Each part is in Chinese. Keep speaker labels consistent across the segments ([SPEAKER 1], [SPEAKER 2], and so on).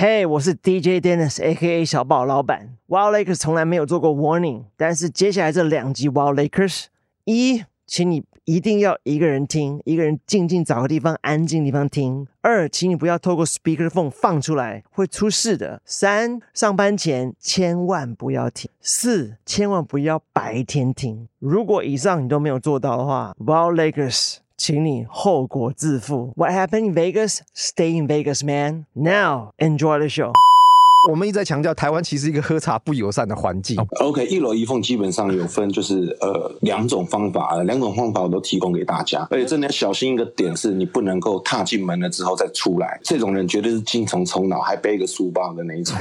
[SPEAKER 1] 嘿、我是 DJ Dennis A.K.A 小宝老板。Wild Lakers 从来没有做过 Warning，但是接下来这两集 Wild Lakers，一，请你一定要一个人听，一个人静静找个地方安静地方听；二，请你不要透过 speakerphone 放出来，会出事的；三，上班前千万不要听；四，千万不要白天听。如果以上你都没有做到的话，Wild Lakers。请你后果自负。What happened in Vegas? Stay in Vegas, man. Now enjoy the show.
[SPEAKER 2] 我们一直在强调，台湾其实是一个喝茶不友善的环境。
[SPEAKER 3] OK，一楼一凤基本上有分，就是呃两种方法，两种方法我都提供给大家。而且真的要小心一个点是，你不能够踏进门了之后再出来，这种人绝对是精虫充脑，还背一个书包的那一种。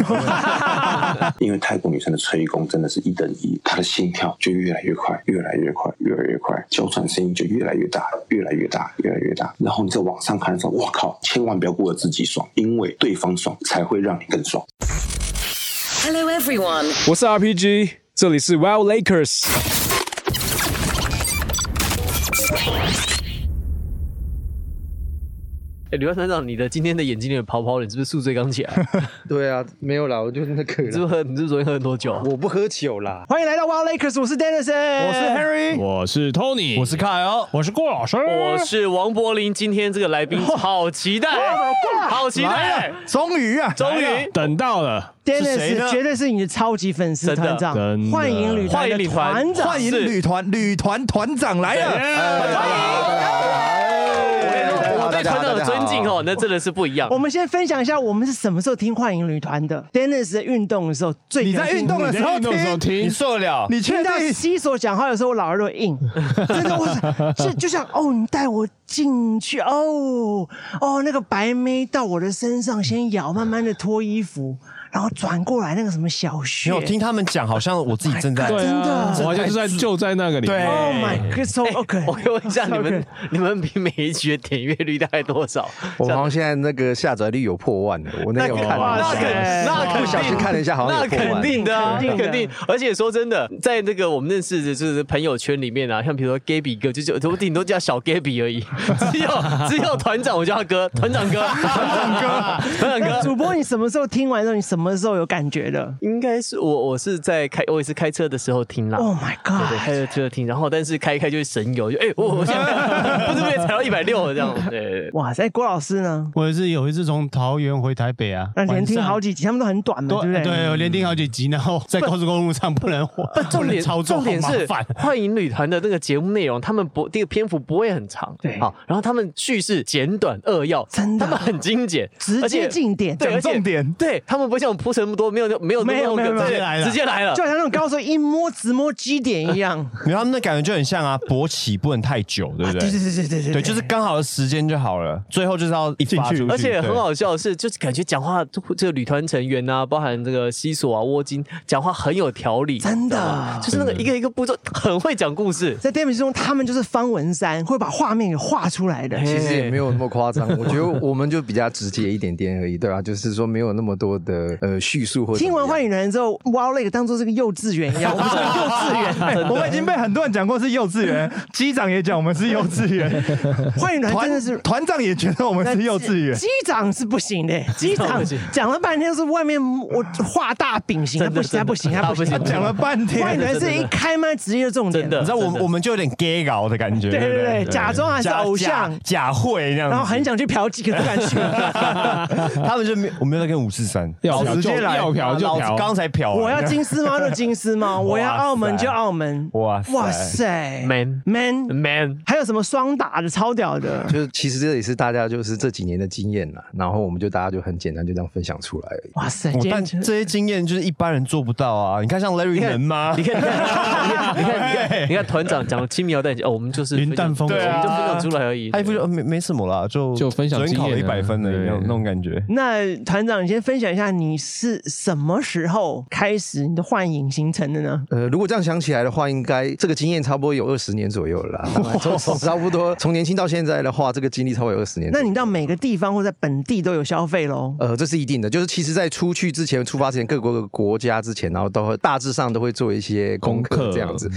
[SPEAKER 3] 因为泰国女生的吹功真的是一等一，她的心跳就越来越快，越来越快，越来越快，娇喘声音就越来越大，越来越大，越来越大。然后你在网上看的时候，我靠，千万不要顾着自己爽，因为对方爽才会让你更爽。
[SPEAKER 4] Hello everyone.
[SPEAKER 5] 我是 RPG，这里是 Wild Lakers。
[SPEAKER 6] 哎、刘团长，你的今天的眼睛里的泡泡，你是不是宿醉刚起来？
[SPEAKER 7] 对啊，没有啦，我就那个
[SPEAKER 6] 你是不
[SPEAKER 7] 啦，
[SPEAKER 6] 是喝？你是不是昨天喝很多酒？
[SPEAKER 7] 我不喝酒啦。
[SPEAKER 1] 欢迎来到 Wild Lakers，我是 Dennis，我
[SPEAKER 8] 我是 Harry，
[SPEAKER 5] 我是 Tony，
[SPEAKER 8] 我是凯哦，我是郭老师，
[SPEAKER 6] 我是王柏林，今天这个 来宾好期待，好期
[SPEAKER 8] 来
[SPEAKER 6] 待
[SPEAKER 8] 了，，终于啊，
[SPEAKER 6] 终于
[SPEAKER 8] 来了
[SPEAKER 5] 等到了，
[SPEAKER 8] 是谁
[SPEAKER 1] Dennis，
[SPEAKER 8] 呢
[SPEAKER 1] 绝对是你的超级粉丝
[SPEAKER 6] 真的
[SPEAKER 1] 团长
[SPEAKER 5] 真，的
[SPEAKER 1] 幻影旅团
[SPEAKER 6] 幻影
[SPEAKER 1] 的
[SPEAKER 6] 旅团
[SPEAKER 1] 团长。
[SPEAKER 8] 欢迎
[SPEAKER 6] 是
[SPEAKER 8] 旅团旅团团长来
[SPEAKER 6] 我
[SPEAKER 8] 了，
[SPEAKER 6] 对
[SPEAKER 2] 大家哎好
[SPEAKER 6] 团长
[SPEAKER 2] 大
[SPEAKER 6] 的
[SPEAKER 2] 家好
[SPEAKER 6] 尊敬哦，那真的是不一样
[SPEAKER 1] 我。们先分享一下，我们是什么时候听幻影旅团的？Dennis 在运动的时候最
[SPEAKER 8] 你在运动的时候
[SPEAKER 5] 你在运动的时候听
[SPEAKER 8] 你受得了？
[SPEAKER 2] 你
[SPEAKER 1] 听
[SPEAKER 2] 确
[SPEAKER 1] 到
[SPEAKER 2] 定？
[SPEAKER 1] 西索讲话的时候，我耳朵硬，真的，我就就像哦，你带我进去哦哦，那个白妹到我的身上先咬，慢慢的脱衣服，然后转过来那个什么小
[SPEAKER 8] 没
[SPEAKER 1] 穴
[SPEAKER 8] 有听他们讲，好像我自己正在
[SPEAKER 5] 对
[SPEAKER 1] 真
[SPEAKER 5] 啊，
[SPEAKER 1] 的
[SPEAKER 5] 我好像就在就在那个里面。
[SPEAKER 1] ，Oh
[SPEAKER 8] 对
[SPEAKER 1] my crystal OK，
[SPEAKER 6] 我问一下你们，你们比每一局的点阅率大概多少？
[SPEAKER 2] 我好像现在那个下载率有破万了，我那天有看，
[SPEAKER 1] 哇
[SPEAKER 6] 那
[SPEAKER 1] 塞
[SPEAKER 6] 肯那肯定
[SPEAKER 2] 不小心看了一下，好像
[SPEAKER 6] 那
[SPEAKER 2] 有破
[SPEAKER 6] 肯
[SPEAKER 2] 万。
[SPEAKER 6] 定的啊，
[SPEAKER 1] 肯定的
[SPEAKER 6] 肯定。而且说真的，在那个我们认识的就是朋友圈里面啊，像比如说 Gaby 哥，就是我顶多叫小 Gaby 而已，只有只有团长我叫他哥，团长哥，团长哥， 团
[SPEAKER 1] 那
[SPEAKER 6] 长哥。
[SPEAKER 1] 主播，你什么时候听完之后，你什么时候有感觉的
[SPEAKER 6] 应该是我，我是在开，我也是开车的时候听啦。
[SPEAKER 1] ？Oh my
[SPEAKER 6] 对对，
[SPEAKER 1] god！
[SPEAKER 6] 开着车听，然后但是开一开就会神游，就哎、我我现在不知不觉踩到一百六了这样。对对对，
[SPEAKER 1] 哇塞，郭老师呢？
[SPEAKER 9] 我也是有一次从桃园回台北啊，
[SPEAKER 1] 那连听好
[SPEAKER 9] 几
[SPEAKER 1] 几集，他们都很短嘛，对不对？
[SPEAKER 9] 对，我连听好几集，然后在高速公路上不能不
[SPEAKER 6] 重
[SPEAKER 9] 能
[SPEAKER 6] 点
[SPEAKER 9] 操作，
[SPEAKER 6] 重点
[SPEAKER 9] 好麻
[SPEAKER 6] 是
[SPEAKER 9] 烦
[SPEAKER 6] 幻影旅团的那个节目内容，他们不这个篇幅不会很长，
[SPEAKER 1] 对
[SPEAKER 6] 好，然后他们叙事简短扼要，
[SPEAKER 1] 真的
[SPEAKER 6] 他们很精简，
[SPEAKER 1] 直接
[SPEAKER 6] 而且
[SPEAKER 1] 进点
[SPEAKER 6] 对，
[SPEAKER 1] 讲
[SPEAKER 6] 而且
[SPEAKER 8] 重点
[SPEAKER 6] 对他们不会像我们铺陈那么多，没有没有
[SPEAKER 1] 没有
[SPEAKER 6] 那么
[SPEAKER 1] 没有没
[SPEAKER 6] 多个
[SPEAKER 1] 有
[SPEAKER 6] 对
[SPEAKER 9] 直接来了
[SPEAKER 6] 直接来 了
[SPEAKER 1] 就，好像那种高手一摸直摸基点一样。
[SPEAKER 8] 你知道他们的感觉就很像啊，勃起不能太久，对不
[SPEAKER 2] 啊
[SPEAKER 1] 对
[SPEAKER 8] 对？
[SPEAKER 1] 啊对对对对对
[SPEAKER 8] 对，就是刚好的时间就好了，最后就是要一发
[SPEAKER 9] 进去
[SPEAKER 8] 出去，
[SPEAKER 6] 而且
[SPEAKER 8] 对
[SPEAKER 6] 很。好笑的是，就是感觉讲话，这个旅团成员啊，包含这个西索啊、窝金，讲话很有条理，
[SPEAKER 1] 真的
[SPEAKER 6] 你知道吗就是那个一个一个步骤，很会讲故事。
[SPEAKER 1] 在电影中，他们就是方文山，会把画面给画出来的。
[SPEAKER 2] 其实也没有那么夸张，我觉得我们就比较直接一点点而已，对吧、啊就是说没有那么多的呃叙述或者
[SPEAKER 1] 听完《
[SPEAKER 2] 怎么
[SPEAKER 1] 幻
[SPEAKER 2] 样
[SPEAKER 1] 影人》之后，哇，那个当做是个幼稚园一样， 我们是幼稚园。
[SPEAKER 8] 我们已经被很多人讲过是幼稚 园，机长也讲我们是幼稚 园，
[SPEAKER 1] 幻影人真的是
[SPEAKER 8] 团长也觉得我们是幼稚园
[SPEAKER 1] 机长是不行的，机
[SPEAKER 6] 长
[SPEAKER 1] 长
[SPEAKER 6] 不行
[SPEAKER 1] 讲了半天是外面我画大饼型，他不行，他不行，他不行。
[SPEAKER 8] 讲了半 天，
[SPEAKER 1] 幻影人是一开麦直接就重点，
[SPEAKER 6] 真的
[SPEAKER 8] 你知道我们我们就有点 gay 搞的感觉，
[SPEAKER 1] 对对
[SPEAKER 8] 对
[SPEAKER 1] 对
[SPEAKER 8] 不
[SPEAKER 1] 对假装还是
[SPEAKER 8] 假
[SPEAKER 1] 偶像
[SPEAKER 8] 假假会这样子，
[SPEAKER 1] 然后很想去嫖妓，可是不敢去。
[SPEAKER 8] 他们就没有我没有在跟五四三，
[SPEAKER 5] 要嫖
[SPEAKER 8] 老子直接
[SPEAKER 5] 就
[SPEAKER 8] 来，
[SPEAKER 5] 要嫖就
[SPEAKER 8] 老子
[SPEAKER 5] 嫖
[SPEAKER 8] 刚才嫖完，
[SPEAKER 1] 我要金丝猫就 金丝猫，我要澳门就澳门。
[SPEAKER 8] 哇塞
[SPEAKER 1] 哇塞
[SPEAKER 6] Man 嗯
[SPEAKER 1] man
[SPEAKER 6] Man，
[SPEAKER 1] 还有什么双打的超屌的？
[SPEAKER 2] 就是其实这也是大家就是这几年的经验啦，然后我们就大家就很简单就这样分享出来而已。
[SPEAKER 1] 哇塞，
[SPEAKER 8] 我
[SPEAKER 1] 今
[SPEAKER 8] 但
[SPEAKER 1] 天
[SPEAKER 8] 这些经验就是一般人做不到啊！你看像 Larry 能吗？
[SPEAKER 6] 你看，你看，你看，你看，你看，团长讲轻描淡写，哦，我们就是
[SPEAKER 9] 云淡风轻
[SPEAKER 6] 我
[SPEAKER 8] 对啊
[SPEAKER 6] 们就分享出来而已。
[SPEAKER 8] 他一副就呃没没什么啦，就
[SPEAKER 5] 就分享
[SPEAKER 8] 昨天考了一
[SPEAKER 5] 经验啊
[SPEAKER 8] 百分的
[SPEAKER 5] 对
[SPEAKER 8] 那种那种感觉。
[SPEAKER 1] 那团长，你先分享一下你是什么时候开始你的幻影形成的 呢？
[SPEAKER 2] 呃，如果这样想起来的话，应该这个经验差不多有二十年左右了啦。当然从从差不多从年轻到现在的话，这个经历超过有二十年左
[SPEAKER 1] 那
[SPEAKER 2] 右。
[SPEAKER 1] 你到每个地方或在本地都有消费喽？
[SPEAKER 2] 呃，这是一定的，就是其实，在出去之前、出发之前，各国的国家之前，然后都会大致上都会做一些功
[SPEAKER 5] 功
[SPEAKER 2] 课
[SPEAKER 5] 课
[SPEAKER 8] 哦
[SPEAKER 2] 这样子。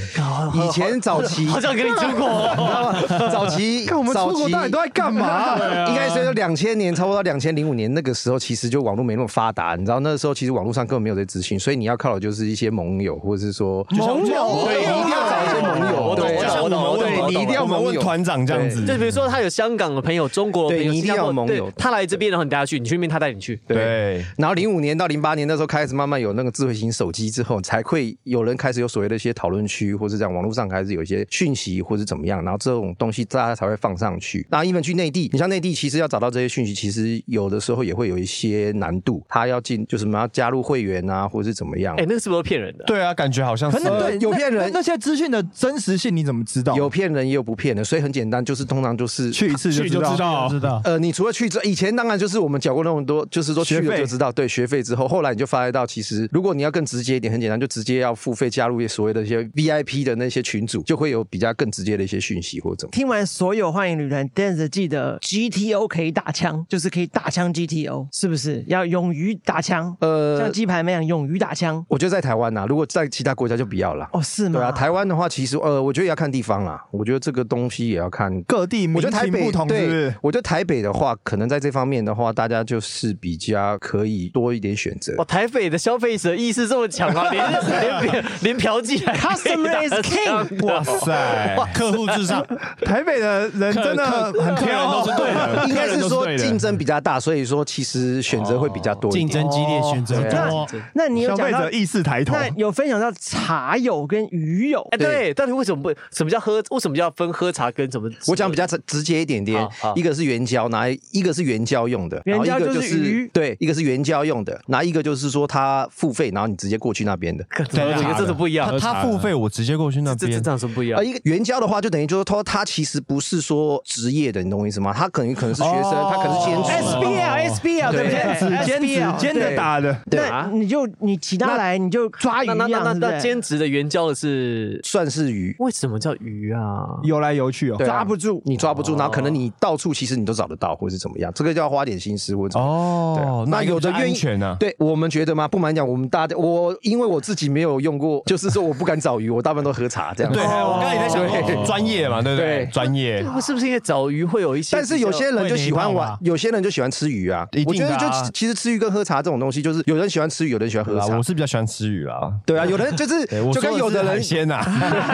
[SPEAKER 2] 以前早期
[SPEAKER 6] 好像跟你出过哦，
[SPEAKER 2] 早期
[SPEAKER 8] 看我们出
[SPEAKER 2] 早
[SPEAKER 8] 国
[SPEAKER 2] 期
[SPEAKER 8] 到底都在 干嘛？
[SPEAKER 2] 应该是两千年，差不多到两千零五年那个时候，其实就网络没那么发达，你知道那时候其实网络上根本没有这资讯，所以你要靠的就是一些盟友，或者是说
[SPEAKER 8] 盟友，
[SPEAKER 2] 对，你一定要找一些盟友，
[SPEAKER 6] 我懂
[SPEAKER 2] 对啊
[SPEAKER 6] 我懂我懂我懂
[SPEAKER 2] 对
[SPEAKER 6] 我懂
[SPEAKER 2] 你一定要
[SPEAKER 6] 我
[SPEAKER 2] 盟友
[SPEAKER 9] 问团长这样子，
[SPEAKER 6] 就比如说他有香港的朋友、中国的朋
[SPEAKER 2] 对
[SPEAKER 6] 友、
[SPEAKER 2] 你一定
[SPEAKER 6] 新加坡
[SPEAKER 2] 要盟
[SPEAKER 6] 对
[SPEAKER 2] 友
[SPEAKER 6] 他来这边，然后你带他去，你去那边他带你去。
[SPEAKER 9] 对，
[SPEAKER 2] 然后零五年到零八年那时候开始慢慢有那个智慧型手机之后，才会有人开始有所谓的一些讨论区，或是这样网络上开始有一些讯息，或是怎么样，然后这种东西大家才会放上去。那 even 去内地，你像内地其实要找到这些讯息，其实有的时候也会有一些难度，他要进就是我们要加入会员啊，或是怎么样
[SPEAKER 6] 哎，。那个是不是都骗人的？
[SPEAKER 9] 对啊，感觉好像是
[SPEAKER 8] 可能对
[SPEAKER 2] 有骗人
[SPEAKER 8] 呃那那那些资讯的真实性你怎么知道？
[SPEAKER 2] 有骗人也有不骗人，所以很简单，就是通常就是
[SPEAKER 8] 去一次
[SPEAKER 9] 去就
[SPEAKER 8] 知
[SPEAKER 9] 知道
[SPEAKER 8] 知道。
[SPEAKER 2] 呃，你除了去之以前当然就是我们缴过那么多，就是说去
[SPEAKER 8] 学
[SPEAKER 2] 了
[SPEAKER 8] 费
[SPEAKER 2] 就知道，对学费之后，后来你就发现到，其实如果你要更直接一点，很简单，就直接要付费加入所谓的一些 VIP 的那些群组，就会有比较更直接的一些讯息或者怎么。
[SPEAKER 1] 听完所有幻影旅人，但是记得 GTO 可以打枪，就是可以打枪 GTO，是不是？要勇于打枪，
[SPEAKER 2] 呃
[SPEAKER 1] 像，鸡排妹一样勇于打枪。
[SPEAKER 2] 我觉得在台湾呐、啊如果在其他国家就不要了。
[SPEAKER 1] 哦，是吗？
[SPEAKER 2] 对啊，台湾的话，其实呃，我觉得也要看地方啦。我觉得这个东西也要看
[SPEAKER 8] 各地
[SPEAKER 2] 我
[SPEAKER 8] 民
[SPEAKER 2] 觉得台
[SPEAKER 8] 情
[SPEAKER 2] 北
[SPEAKER 8] 不同，是不
[SPEAKER 2] 对
[SPEAKER 8] 是？，
[SPEAKER 2] 我觉得台北的话，可能在这方面的话，大家就是比较可以多一点选择。
[SPEAKER 8] 哦
[SPEAKER 6] 哇，台北的消费者意识这么强啊， 连连连连嫖妓还可以
[SPEAKER 1] Customer
[SPEAKER 6] 打
[SPEAKER 1] is
[SPEAKER 6] 得
[SPEAKER 1] king
[SPEAKER 6] 枪的
[SPEAKER 9] 哇塞，客户至上，
[SPEAKER 8] 台北的人真的很
[SPEAKER 9] 客人都
[SPEAKER 8] 挑，
[SPEAKER 9] 是对的，
[SPEAKER 2] 应该是
[SPEAKER 9] 客
[SPEAKER 2] 说
[SPEAKER 9] 人都是对的
[SPEAKER 2] 竞争比较大，所以说其实选择会比较多一
[SPEAKER 8] 哦
[SPEAKER 2] 点。
[SPEAKER 9] 竞争激烈，选择多。
[SPEAKER 1] 那你有
[SPEAKER 8] 消
[SPEAKER 1] 讲
[SPEAKER 8] 费
[SPEAKER 1] 到
[SPEAKER 8] 者，意识抬头。
[SPEAKER 1] 那有分享到茶友跟鱼友
[SPEAKER 6] 哎，对，到底为什么不？什么叫喝？为什么要分喝茶跟什么？
[SPEAKER 2] 我讲比较直直接一点点
[SPEAKER 6] 好好，
[SPEAKER 2] 一个是原胶，拿一个是原胶用的，
[SPEAKER 1] 原胶
[SPEAKER 2] 然后一个
[SPEAKER 1] 就是
[SPEAKER 2] 就
[SPEAKER 1] 鱼
[SPEAKER 2] 对，一个是原胶用的，拿一个就是说他付费，然后你直接过去那边的。
[SPEAKER 6] 怎
[SPEAKER 9] 啊
[SPEAKER 6] 么这这不一样
[SPEAKER 9] 他，他付费，我直接过去那
[SPEAKER 6] 这这
[SPEAKER 9] 边
[SPEAKER 6] 这。样什么不一样
[SPEAKER 2] 呃，？一个原胶的话，就等于就是说他其实不是说职业的，你懂我意思吗？他可能可能是学生，
[SPEAKER 9] 哦
[SPEAKER 2] 他可能是兼职。
[SPEAKER 1] ，SBL
[SPEAKER 2] 对
[SPEAKER 1] SBL 对不对？
[SPEAKER 8] 兼职
[SPEAKER 1] SBL
[SPEAKER 8] 兼
[SPEAKER 1] 对
[SPEAKER 8] 着打的，
[SPEAKER 2] 对
[SPEAKER 1] 那你就你骑到来，你就抓
[SPEAKER 9] 哎
[SPEAKER 1] 鱼
[SPEAKER 6] 那那
[SPEAKER 1] 一
[SPEAKER 6] 那那
[SPEAKER 1] 样，
[SPEAKER 6] 那
[SPEAKER 1] 对
[SPEAKER 6] 兼
[SPEAKER 1] 不对？
[SPEAKER 6] 职的援交的是
[SPEAKER 2] 算是鱼，
[SPEAKER 6] 为什么叫鱼啊？
[SPEAKER 8] 游来游去哦。
[SPEAKER 2] 对啊
[SPEAKER 1] 抓不住
[SPEAKER 2] 你抓不住，然后可能你到处其实你都找得到，或是怎么样，这个就要花点心思或者怎么样对啊
[SPEAKER 9] 哦，
[SPEAKER 2] 那有的愿
[SPEAKER 9] 安
[SPEAKER 2] 意
[SPEAKER 9] 全啊呢？
[SPEAKER 2] 对我们觉得吗？不瞒你讲，我们大家我因为我自己没有用过，就是说我不敢找鱼，我大部分都喝茶这样。
[SPEAKER 9] 对，啊我刚才也在想
[SPEAKER 2] 对
[SPEAKER 9] 说哦专业嘛，对不对
[SPEAKER 2] 对？
[SPEAKER 9] 专业
[SPEAKER 6] 那是不是因为找鱼会有一些比较？
[SPEAKER 2] 但是有些人就喜欢
[SPEAKER 9] 会那一套
[SPEAKER 2] 玩
[SPEAKER 9] 吧，
[SPEAKER 2] 有些人就喜欢吃鱼啊
[SPEAKER 9] 一。
[SPEAKER 2] 我
[SPEAKER 9] 定
[SPEAKER 2] 觉
[SPEAKER 9] 的
[SPEAKER 2] 得
[SPEAKER 9] 啊
[SPEAKER 2] 就其实吃鱼跟喝茶这种东西，就是有人喜欢吃鱼，有人喜欢喝
[SPEAKER 9] 对啊，
[SPEAKER 2] 茶
[SPEAKER 9] 我。是比较喜欢吃鱼啦。
[SPEAKER 2] 对啊，有人就是
[SPEAKER 9] 对，我
[SPEAKER 2] 就跟有
[SPEAKER 9] 的
[SPEAKER 2] 人
[SPEAKER 9] 海鲜啊呐，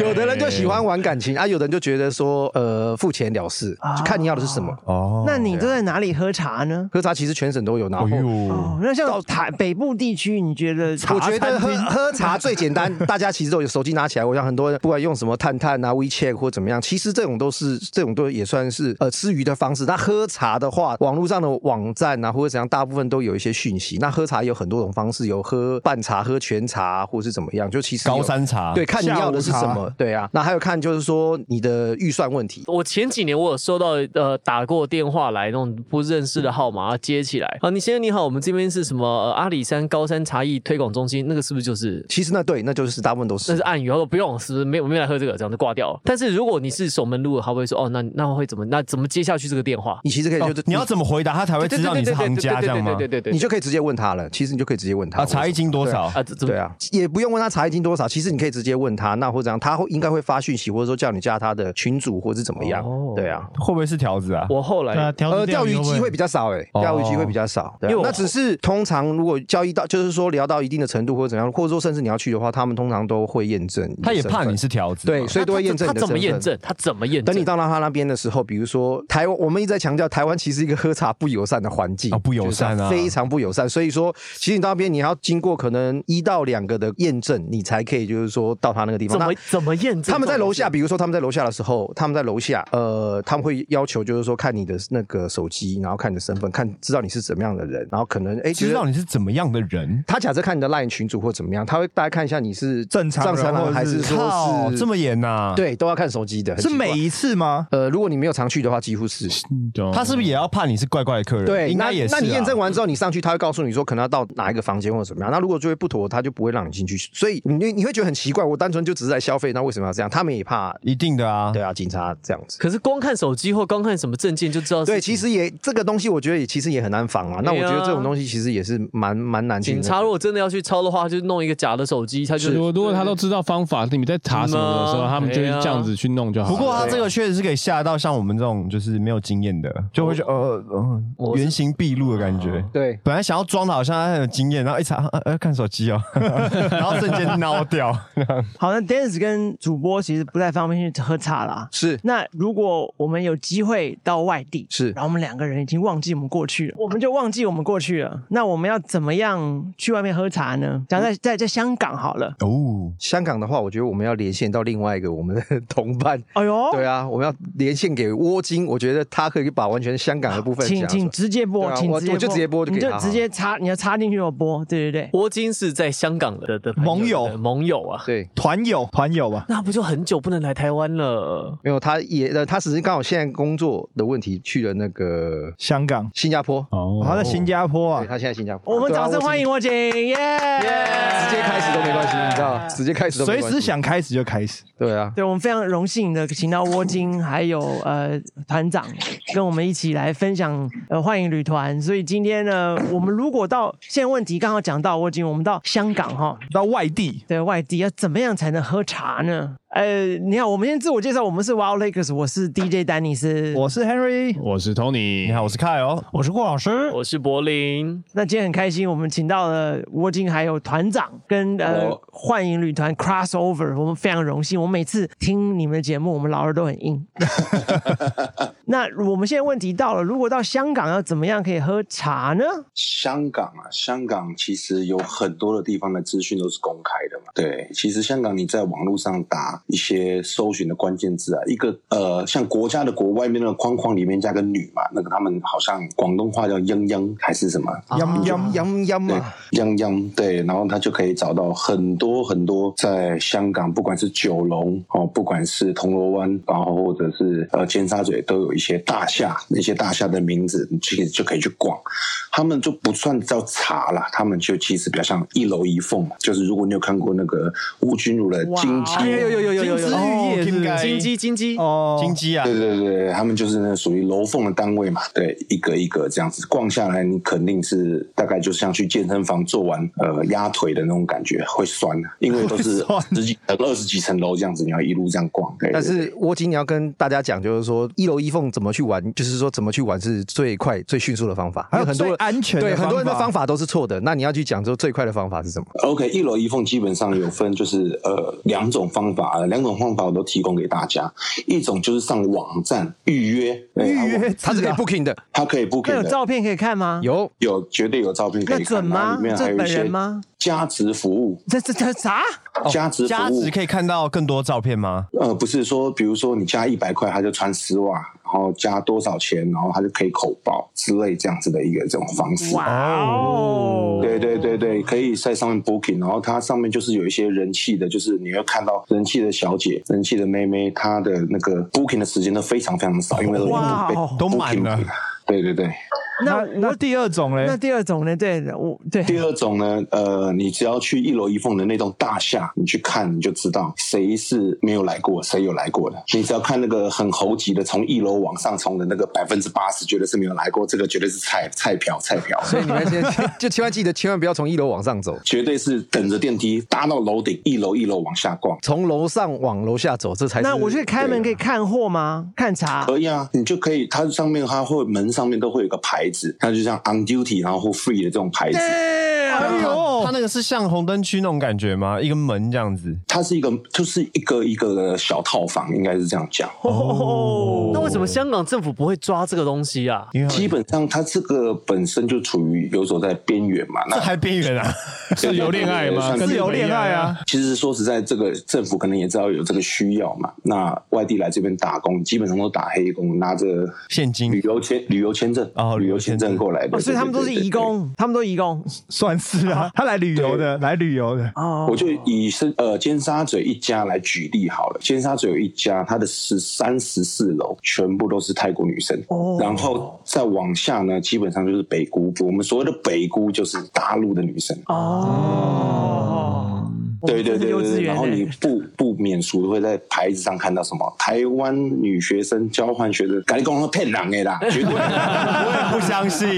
[SPEAKER 2] 有的人就喜欢玩感情啊，有的人就觉得说呃付钱了事，就看你要的是什么。
[SPEAKER 9] 啊哦。
[SPEAKER 1] 那你都在哪里喝茶呢？
[SPEAKER 2] 喝茶其实全省都有，然后
[SPEAKER 9] 哎呦，
[SPEAKER 1] 哦，那像台北部地区，你觉得
[SPEAKER 2] 我
[SPEAKER 1] 茶
[SPEAKER 2] 觉得
[SPEAKER 1] 餐
[SPEAKER 2] 喝
[SPEAKER 1] 厅
[SPEAKER 2] 喝茶最简 单，大家其实都有手机拿起来。我想很多人不管用什么探探啊、WeChat 或怎么样，其实这种都是这种都也算是呃吃鱼的方式。那喝茶的话，网络上的网站啊或者怎样，大部分都有一些讯息。那喝茶有很多种方式，有喝半茶、喝全茶，或是怎么样，就其实有
[SPEAKER 9] 高山茶
[SPEAKER 2] 对，看你要的是什
[SPEAKER 8] 下午
[SPEAKER 2] 么，对啊。那还有看就是说你的预算问题。
[SPEAKER 6] 我前几年我有收到呃打过电话来那种不认识的号码，要接起来啊，你先生你好，我们这边是什么、呃阿里山高山茶艺推广中心，那个是不是就是？
[SPEAKER 2] 其实那对，那就是大部分都是
[SPEAKER 6] 那是暗语，他说不用，是不是没有没有来喝这个，这样就挂掉了。但是如果你是守门路的，他会说哦，那那会怎么那怎么接下去这个电话？
[SPEAKER 2] 你其实可以就是、
[SPEAKER 9] 哦你要怎么回答他才会知道你是行家这样吗
[SPEAKER 6] 对？对对对
[SPEAKER 2] 你就可以直接问他了。其实你就可以直接问他
[SPEAKER 9] 啊，茶一斤多
[SPEAKER 2] 对啊
[SPEAKER 9] 少？
[SPEAKER 6] 啊，这怎么
[SPEAKER 2] 对啊，也不用问他茶一斤多少，其实你可以直接问他，那或者怎样，他会应该会发讯息，或者说叫你加他的群主，或是怎么样。
[SPEAKER 6] 哦
[SPEAKER 2] 对啊，
[SPEAKER 9] 会不会是条子啊？
[SPEAKER 6] 我后来
[SPEAKER 9] 对啊，条
[SPEAKER 2] 呃，
[SPEAKER 9] 子
[SPEAKER 2] 钓鱼机会比较少哎、
[SPEAKER 9] 哦
[SPEAKER 2] 钓鱼机会比较少。对啊
[SPEAKER 6] 因为我
[SPEAKER 2] 那只是通常如果交易到，就是说聊到一定的程度或者怎样，或者说甚至你要去的话，他们通常都会验证你的身份。
[SPEAKER 9] 他也怕你是条子嘛，啊
[SPEAKER 2] 对，所以都会验证
[SPEAKER 6] 他
[SPEAKER 2] 你的
[SPEAKER 6] 他怎么
[SPEAKER 2] 身份
[SPEAKER 6] 验证？他怎么验证？
[SPEAKER 2] 等你到了他那边的时候，比如说台湾，我们一直在强调台湾其实是一个喝茶不友善的环境
[SPEAKER 9] 啊不友善啊
[SPEAKER 2] 就是非常不友善。所以说，其实你到那边你要经过可能一到两个的验证，你才可以就是说到他那个地方。
[SPEAKER 6] 怎么
[SPEAKER 2] 那
[SPEAKER 6] 怎么验证？
[SPEAKER 2] 他们在楼下，比如说他们在楼下的时候，他们在楼下，呃，他们会要求就是说看你的那个手机，然后看你的身份，看知道你是怎么样的人，然后可能哎
[SPEAKER 9] 知道
[SPEAKER 2] 你。
[SPEAKER 9] 你是怎么样的人。
[SPEAKER 2] 他假设看你的 LINE 群组或怎么样，他会大概看一下你是
[SPEAKER 8] 正常人或者是
[SPEAKER 2] 啊还是说
[SPEAKER 9] 靠
[SPEAKER 2] 是
[SPEAKER 9] 这么严呐？，
[SPEAKER 2] 对，都要看手机的，很
[SPEAKER 8] 是
[SPEAKER 2] 奇怪
[SPEAKER 8] 每一次吗？
[SPEAKER 2] 呃，如果你没有常去的话，几乎是
[SPEAKER 9] 他是不是也要怕你是怪怪的客人？
[SPEAKER 2] 对，
[SPEAKER 9] 应
[SPEAKER 2] 那
[SPEAKER 9] 该也是啊。
[SPEAKER 2] 那你验证完之后，你上去他会告诉你说，可能要到哪一个房间或者怎么样。那如果就会不妥，他就不会让你进去。所以你你会觉得很奇怪，我单纯就只是来消费，那为什么要这样？他们也怕，
[SPEAKER 9] 一定的啊，
[SPEAKER 2] 对啊，警察这样子。
[SPEAKER 6] 可是光看手机或光看什么证件就知道是。
[SPEAKER 2] 对，其实也这个东西，我觉得也其实也很难防啊。那我觉得这种东西其实也是蛮蛮难去
[SPEAKER 6] 警察如果真的要去抄的话，就弄一个假的手机，他就
[SPEAKER 5] 如果如果他都知道方法，你们在查什么的时候，
[SPEAKER 6] 嗯啊
[SPEAKER 5] 他们就这样子去弄就好了。
[SPEAKER 9] 不过他这个确实是可以吓到像我们这种就是没有经验的，就会觉得呃呃呃原形毕露的感觉。
[SPEAKER 7] 对，
[SPEAKER 9] 本来想要装的好像他很有经验，然后一查呃呃看手机哦， 然后瞬间孬掉。
[SPEAKER 1] 好，那 Dennis 跟主播其实不太方便去喝茶啦。
[SPEAKER 2] 是
[SPEAKER 1] 那如果我们有机会到外地，
[SPEAKER 2] 是
[SPEAKER 1] 然后我们两个人已经忘记我们过去了，我们就忘记我们过去了。那我们要怎么样去外面喝茶呢？讲在在在香港好了。
[SPEAKER 9] 哦，
[SPEAKER 2] 香港的话，我觉得我们要连线到另外一个我们的同伴。
[SPEAKER 1] 哎呦，
[SPEAKER 2] 对啊，我们要连线给窝金，我觉得他可以把完全香港的部分
[SPEAKER 1] 请
[SPEAKER 2] 讲出来
[SPEAKER 1] 请直接播，
[SPEAKER 2] 对啊
[SPEAKER 1] 请
[SPEAKER 2] 我
[SPEAKER 1] 直接
[SPEAKER 2] 我就直接播就
[SPEAKER 1] 你
[SPEAKER 2] 可以
[SPEAKER 1] 就
[SPEAKER 2] 了
[SPEAKER 1] 直接插，你要插进去我播，对对对。
[SPEAKER 6] 郭金是在香港的的朋
[SPEAKER 8] 盟友
[SPEAKER 6] 的盟友啊，
[SPEAKER 2] 对。
[SPEAKER 8] 团友团友啊吧，
[SPEAKER 6] 那不就很久不能来台湾了？
[SPEAKER 2] 没有，他也呃，他只是刚好现在工作的问题去了那个
[SPEAKER 8] 香港，
[SPEAKER 2] 新加坡，
[SPEAKER 5] 哦
[SPEAKER 8] 他在新加坡
[SPEAKER 2] 对
[SPEAKER 8] 啊，
[SPEAKER 2] 他现在新加坡。
[SPEAKER 1] 我们
[SPEAKER 2] 对啊
[SPEAKER 1] 掌声欢迎，我啊景，耶！
[SPEAKER 2] 直接开始都没关系，你知道，直接开始都没
[SPEAKER 8] 随
[SPEAKER 2] 关系
[SPEAKER 8] 时。想开始就开始。
[SPEAKER 2] 对啊，
[SPEAKER 1] 对我们非常荣幸的请到窝金还有呃团长跟我们一起来分享呃幻影旅团，所以今天呢，我们如果到现在问题刚好讲到窝金，我们到香港哈，
[SPEAKER 8] 到外地，
[SPEAKER 1] 对外地要怎么样才能喝茶呢？呃，你好，我们先自我介绍，我们是 Wild Lakers，我是 DJ 丹尼斯，
[SPEAKER 8] 我是 Henry，
[SPEAKER 5] 我是 Tony，
[SPEAKER 9] 你好，我是凯哦，
[SPEAKER 8] 我是郭老师，
[SPEAKER 6] 我是柏林，
[SPEAKER 1] 那今天很开心，我们请到了窝金还有团长跟呃
[SPEAKER 3] 我
[SPEAKER 1] 幻影旅团 crossover，我们非常荣幸。我每次听你们的节目，我们老二都很 硬。那我们现在问题到了，如果到香港要怎么样可以喝茶呢？
[SPEAKER 3] 香港啊，香港其实有很多的地方的资讯都是公开的嘛。对，其实香港你在网络上打一些搜寻的关键字啊，一个呃，像国家的国外面那个框框里面加个女嘛，那个他们好像广东话叫“泱泱”还是什么
[SPEAKER 8] 啊
[SPEAKER 2] 央央央央
[SPEAKER 3] 对
[SPEAKER 2] 嘛，，
[SPEAKER 3] 泱泱对，然后他就可以找到很多很多在香港，不管是九龙哦，不管是铜锣湾，然后或者是呃尖沙咀，都有一些大厦，那些大厦的名字，你其实就可以去逛。他们就不算叫茶啦，他们就其实比较像一楼一凤嘛，就是如果你有看过那个吴君如的
[SPEAKER 1] 哇
[SPEAKER 3] 金鸡
[SPEAKER 1] 哎
[SPEAKER 6] 有有有有有
[SPEAKER 8] 金枝
[SPEAKER 6] 有，
[SPEAKER 8] 玉叶是不是
[SPEAKER 6] 金鸡金鸡，
[SPEAKER 8] 哦，
[SPEAKER 9] 金鸡啊
[SPEAKER 3] 对，对对，他们就是那属于楼缝的单位嘛，对，一个一个这样子逛下来，你肯定是大概就像去健身房做完呃压腿的那种感觉，会酸，因为 都是十几层、二十几层楼这样子，你要一路这样逛。对，
[SPEAKER 2] 但
[SPEAKER 3] 对
[SPEAKER 2] 是沃金你要跟大家讲，就是说一楼一凤怎么去玩，就是说怎么去玩是最快最迅速的方法，
[SPEAKER 8] 还有
[SPEAKER 2] 因为很多
[SPEAKER 8] 最
[SPEAKER 2] 人
[SPEAKER 8] 安全的
[SPEAKER 2] 对很多人的
[SPEAKER 8] 方法
[SPEAKER 2] 方法都是错的。那你要去讲说最快的方法是什么？
[SPEAKER 3] OK，一楼一凤基本上有分，就是呃两种方法，呃两种方法我都提供给大家。一种就是上网站预约，对
[SPEAKER 8] 预约，
[SPEAKER 2] 它是可以 booking 的，
[SPEAKER 3] 它可以 b o o k
[SPEAKER 1] 那
[SPEAKER 3] i
[SPEAKER 1] 有
[SPEAKER 3] n 的，
[SPEAKER 1] 照片可以看吗？
[SPEAKER 2] 有
[SPEAKER 3] 有绝对有照片可
[SPEAKER 1] 那
[SPEAKER 3] 以看，
[SPEAKER 1] 准吗
[SPEAKER 3] 然后里？面还
[SPEAKER 1] 这
[SPEAKER 3] 有一
[SPEAKER 1] 本
[SPEAKER 3] 些
[SPEAKER 1] 人吗？哦
[SPEAKER 3] 加值服务，
[SPEAKER 1] 这这这 啥？
[SPEAKER 3] 加值服
[SPEAKER 9] 加
[SPEAKER 3] 务
[SPEAKER 9] 值可以看到更多照片吗？
[SPEAKER 3] 呃，不是说，比如说你加一百块，他就穿丝袜，然后加多少钱，然后他就可以口爆之类这样子的一个这种方式。
[SPEAKER 1] 哇哦！
[SPEAKER 3] 对对对对，可以在上面 booking，然后它上面就是有一些人气的，就是你会看到人气的小姐、人气的妹妹，她的那个 booking 的时间都非常非常少，因为都已经
[SPEAKER 1] 哇
[SPEAKER 3] 被
[SPEAKER 1] 哦
[SPEAKER 9] 都满
[SPEAKER 3] booking
[SPEAKER 9] 了。
[SPEAKER 3] 对对对，
[SPEAKER 1] 那
[SPEAKER 8] 那那
[SPEAKER 1] 我
[SPEAKER 8] 第二种
[SPEAKER 1] 那
[SPEAKER 8] 嘞，
[SPEAKER 1] 第二种呢？对，我对
[SPEAKER 3] 第二种呢，呃，你只要去一楼一凤的那栋大厦，你去看你就知道谁是没有来过，谁有来过的。你只要看那个很猴急的从一楼往上冲的那个百分之八十，绝对是没有来过，这个绝对是菜菜瓢菜瓢，
[SPEAKER 2] 所以你们先 就千万记得，千万不要从一楼往上走，
[SPEAKER 3] 绝对是等着电梯搭到楼顶，一楼一楼往下逛。
[SPEAKER 2] 从楼上往楼下走，这才是。
[SPEAKER 1] 那我去开门可以看货吗？看茶？
[SPEAKER 3] 可以啊，你就可以，它上面它会门上面都会有个牌子，它就像 on duty 然后或 free 的这种牌子，
[SPEAKER 8] 哎
[SPEAKER 9] 它
[SPEAKER 8] 呦，
[SPEAKER 9] 那个是像红灯区那种感觉吗？一个门这样子，
[SPEAKER 3] 它是一个就是一个一个的小套房，应该是这样讲。
[SPEAKER 6] 那为什么香港政府不会抓这个东西啊？
[SPEAKER 9] 因为
[SPEAKER 3] 基本上它这个本身就处于游走在边缘嘛，
[SPEAKER 9] 这
[SPEAKER 3] 那
[SPEAKER 9] 还边缘 啊，
[SPEAKER 5] 自由恋爱吗？
[SPEAKER 3] 自由
[SPEAKER 8] 恋爱啊，
[SPEAKER 3] 其实说实在，这个政府可能也知道有这个需要嘛。那外地来这边打工，基本上都打黑工，拿着
[SPEAKER 9] 现金
[SPEAKER 3] 旅游签、旅游签证
[SPEAKER 9] 哦
[SPEAKER 3] 旅
[SPEAKER 9] 旅
[SPEAKER 3] 游
[SPEAKER 9] 游
[SPEAKER 3] 签
[SPEAKER 9] 签证
[SPEAKER 3] 证过来的，
[SPEAKER 1] 哦，所以他们都是
[SPEAKER 3] 对对对
[SPEAKER 1] 移
[SPEAKER 3] 对
[SPEAKER 1] 工，他们都移工
[SPEAKER 8] 算是啊，他来旅游的，来旅游的，
[SPEAKER 1] 哦。
[SPEAKER 3] 我就以是呃尖沙咀一家来举例好了，尖沙咀有一家，它的十三十四楼全部都是泰国女生，
[SPEAKER 1] 哦
[SPEAKER 3] 然后再往下呢，基本上就是北姑，我们所谓的北姑就是大陆的女生，
[SPEAKER 1] 哦，
[SPEAKER 3] 对对对
[SPEAKER 1] 幼稚
[SPEAKER 3] 对，
[SPEAKER 1] 园 欸
[SPEAKER 3] 然后你
[SPEAKER 1] 的
[SPEAKER 3] 不不免俗会在牌子上看到什么台湾女学生交换学生，赶紧跟我骗人的啦，绝对
[SPEAKER 9] 不相信，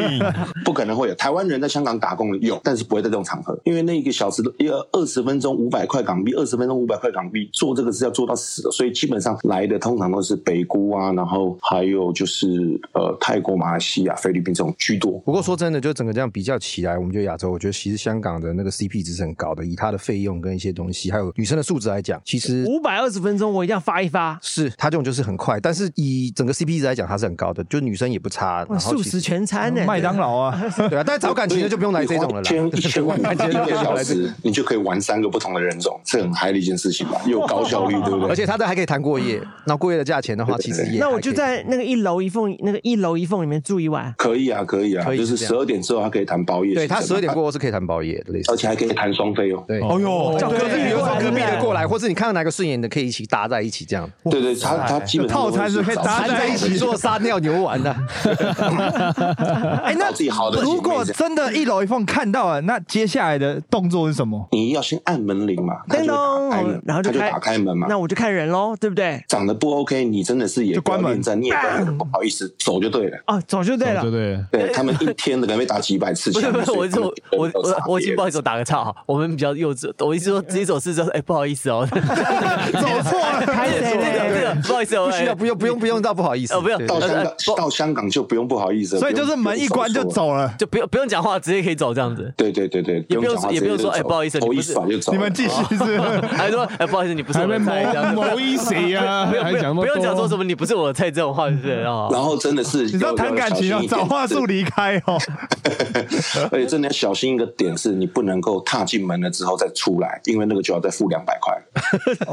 [SPEAKER 3] 不可能会有台湾人在香港打工的有，但是不会在这种场合，因为那一个小时一二十分钟五百块港币，二十分钟五百块港币，做这个是要做到死的，所以基本上来的通常都是北姑啊，然后还有就是呃泰国、马来西亚、菲律宾这种居多。
[SPEAKER 2] 不过说真的，就整个这样比较起来，我们觉得亚洲，我觉得其实香港的那个 CP 值是很高的，以它的费用跟一些东西，还有女生的素质来讲，其实
[SPEAKER 1] 五百二十分钟我一定要发一发，
[SPEAKER 2] 是它这种就是很快，但是以整个 CP 值来讲，它是很高的，就女生也不差，
[SPEAKER 1] 哇
[SPEAKER 2] 然后
[SPEAKER 1] 素
[SPEAKER 2] 其实
[SPEAKER 1] 食全餐欸
[SPEAKER 3] 嗯
[SPEAKER 1] 呢、
[SPEAKER 8] 麦当劳啊，
[SPEAKER 9] 哎
[SPEAKER 2] 对啊，但是找感情的就不用来这种了啦，
[SPEAKER 3] 一千万一
[SPEAKER 2] 就不
[SPEAKER 3] 个
[SPEAKER 2] 用
[SPEAKER 3] 小
[SPEAKER 2] 来这种
[SPEAKER 3] 时，你就可以玩三个不同的人种，这很嗨的一件事情吧，又高效率，对不对？
[SPEAKER 2] 而且它的还可以谈过夜，那过夜的价钱的话，其实也
[SPEAKER 1] 那我
[SPEAKER 2] 还
[SPEAKER 1] 就
[SPEAKER 2] 可以
[SPEAKER 1] 在那个一楼一缝，那个一楼一缝里面住一晚。
[SPEAKER 3] 可以啊，可以啊，
[SPEAKER 2] 可以
[SPEAKER 3] 就是
[SPEAKER 2] 是
[SPEAKER 3] 十
[SPEAKER 2] 这
[SPEAKER 3] 二点之后还可以谈包夜，
[SPEAKER 2] 对它
[SPEAKER 3] 是这
[SPEAKER 2] 十二
[SPEAKER 3] 样
[SPEAKER 2] 点
[SPEAKER 3] 啊
[SPEAKER 2] 过后是可以谈包夜的，类似
[SPEAKER 3] 而且还可以谈双飞哦。
[SPEAKER 2] 对。
[SPEAKER 9] 哦呦，
[SPEAKER 1] 叫隔壁
[SPEAKER 2] 比如
[SPEAKER 1] 过
[SPEAKER 2] 说
[SPEAKER 1] 来
[SPEAKER 2] 隔壁
[SPEAKER 1] 真
[SPEAKER 8] 哎
[SPEAKER 2] 的
[SPEAKER 1] 的
[SPEAKER 2] 过来，或是你看到哪个顺眼的，可以一起搭在一起这样，
[SPEAKER 3] 对对，他他基本上
[SPEAKER 8] 套餐
[SPEAKER 3] 都
[SPEAKER 8] 是可以
[SPEAKER 3] 找
[SPEAKER 8] 搭
[SPEAKER 2] 掺在一起做撒尿牛丸啊的。
[SPEAKER 8] 哎，那
[SPEAKER 3] 找自己好的姐妹
[SPEAKER 8] 如果真的一楼一缝看到了，那接下来的动作是什么？
[SPEAKER 3] 你要先按门铃嘛，他
[SPEAKER 1] 叮
[SPEAKER 3] 就
[SPEAKER 1] 咚
[SPEAKER 3] 打开门，，
[SPEAKER 1] 哦然后
[SPEAKER 3] 他就
[SPEAKER 1] 开
[SPEAKER 3] 打开门嘛。
[SPEAKER 1] 那我就看人喽，对不对？
[SPEAKER 3] 长得不 OK，你真的是也
[SPEAKER 8] 就关门
[SPEAKER 3] 不要恋战，你也不要不好意思走就对了。
[SPEAKER 1] 哦，走就对了
[SPEAKER 5] 对。对，
[SPEAKER 3] 对他们一天的可能被打几百次
[SPEAKER 6] 不是
[SPEAKER 3] 枪，
[SPEAKER 6] 不是，
[SPEAKER 3] 所
[SPEAKER 6] 我
[SPEAKER 3] 以
[SPEAKER 6] 就
[SPEAKER 3] 他们
[SPEAKER 6] 我我
[SPEAKER 3] 都
[SPEAKER 6] 我
[SPEAKER 3] 差
[SPEAKER 6] 我已
[SPEAKER 3] 别
[SPEAKER 6] 经不好意思，我打个岔哈，我们比较幼稚，我一直说直接走四周，哎，不好意思 哦，
[SPEAKER 8] 走错了，
[SPEAKER 1] 拍
[SPEAKER 6] 这
[SPEAKER 1] 谁
[SPEAKER 6] 个这
[SPEAKER 1] 嘞？
[SPEAKER 6] 个不好意思哦，
[SPEAKER 2] 不需要，
[SPEAKER 6] 哎
[SPEAKER 2] 不用，不用，不用到不好意思。
[SPEAKER 6] 哦不用
[SPEAKER 2] 对
[SPEAKER 3] 到香
[SPEAKER 6] 呃
[SPEAKER 3] 港
[SPEAKER 6] 呃不
[SPEAKER 3] 到香港就不用不好意思了，
[SPEAKER 8] 所以
[SPEAKER 3] 不
[SPEAKER 8] 就
[SPEAKER 3] 用
[SPEAKER 8] 是门一关就。
[SPEAKER 3] 不用手
[SPEAKER 8] 走了。
[SPEAKER 6] 就不用不用讲话，直接可以走这样子。
[SPEAKER 3] 对对对对，
[SPEAKER 6] 也不用
[SPEAKER 3] 讲话
[SPEAKER 6] 也不用
[SPEAKER 3] 直接
[SPEAKER 6] 说
[SPEAKER 3] 就
[SPEAKER 6] 哎
[SPEAKER 3] 走
[SPEAKER 6] 不好意思
[SPEAKER 3] 头
[SPEAKER 6] 你
[SPEAKER 3] 一
[SPEAKER 6] 不是
[SPEAKER 3] 甩就走了。
[SPEAKER 8] 你们继续是
[SPEAKER 6] 还说哎，不好意思，你不是我的菜，这样子
[SPEAKER 5] 某一谁 呀？
[SPEAKER 6] 不 用
[SPEAKER 5] 还
[SPEAKER 6] 不
[SPEAKER 5] 讲
[SPEAKER 6] 用不用讲说什
[SPEAKER 5] 么
[SPEAKER 6] 么你不是我的菜这种话，对不 对啊？
[SPEAKER 3] 然后真的是
[SPEAKER 8] 你知道
[SPEAKER 3] 要
[SPEAKER 8] 谈
[SPEAKER 3] 要
[SPEAKER 8] 感
[SPEAKER 3] 小心
[SPEAKER 8] 情要
[SPEAKER 3] 一点
[SPEAKER 8] 找话
[SPEAKER 3] 是
[SPEAKER 8] 术 离开哦。
[SPEAKER 3] 而且真的要小心一个点是，你不能够踏进门了之后再出来，因为那个就要再付两百块。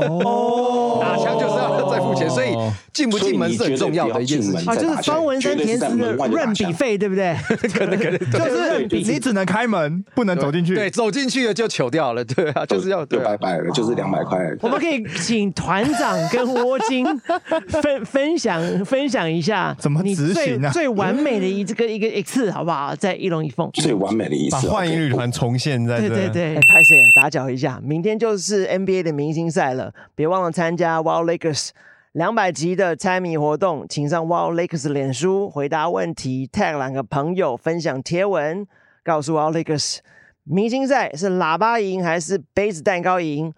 [SPEAKER 2] 打枪就是要再付钱，所哦以进不进门是很重要的一件事
[SPEAKER 3] 所以你绝对不要
[SPEAKER 2] 情
[SPEAKER 3] 进门。
[SPEAKER 1] 啊，就是方文山填词的润笔费，对不 对？
[SPEAKER 8] 就是
[SPEAKER 1] 对
[SPEAKER 8] 你只能开门，不能走进去。
[SPEAKER 2] 对，走进去了就糗掉了，对啊，就是要
[SPEAKER 3] 就
[SPEAKER 2] 对
[SPEAKER 3] 拜
[SPEAKER 2] 啊。
[SPEAKER 3] 拜了，就是两百块。
[SPEAKER 1] 我们可以请团长跟窝金 分分享分享一下，
[SPEAKER 8] 怎么
[SPEAKER 1] 你
[SPEAKER 8] 执
[SPEAKER 1] 最
[SPEAKER 8] 行啊
[SPEAKER 1] 最完美的一这个一个一次，好不好？在一龙一凤。
[SPEAKER 3] 最完美的一
[SPEAKER 9] 把
[SPEAKER 3] 次，
[SPEAKER 9] 幻影旅团重现在
[SPEAKER 1] 对
[SPEAKER 9] 这。
[SPEAKER 1] 对对，哎拍谁打搅一下？明天就是 NBA 的明星赛了，别忘了参加 Wild Lakers 两百集的猜谜活动，请上 Wild Lakers 脸书回答问题，tag 两个朋友分享贴文，告诉 Wild Lakers 明星赛是喇叭赢还是杯子蛋糕赢，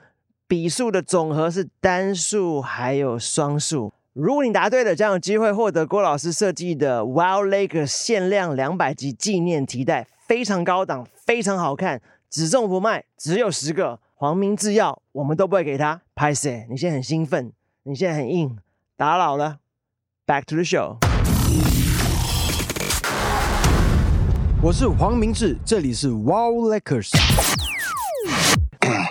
[SPEAKER 1] 比数的总和是单数还有双数。如果你答对了，将有机会获得郭老师设计的 Wild Lakers 限量两百集纪念提袋，非常高档，非常好看，只送不卖，只有十个。黄明制药，我们都不会给他。拍谁？你现在很兴奋，你现在很硬，打扰了。Back to the show。
[SPEAKER 2] 我是黄明志，这里是 Wow Lakers。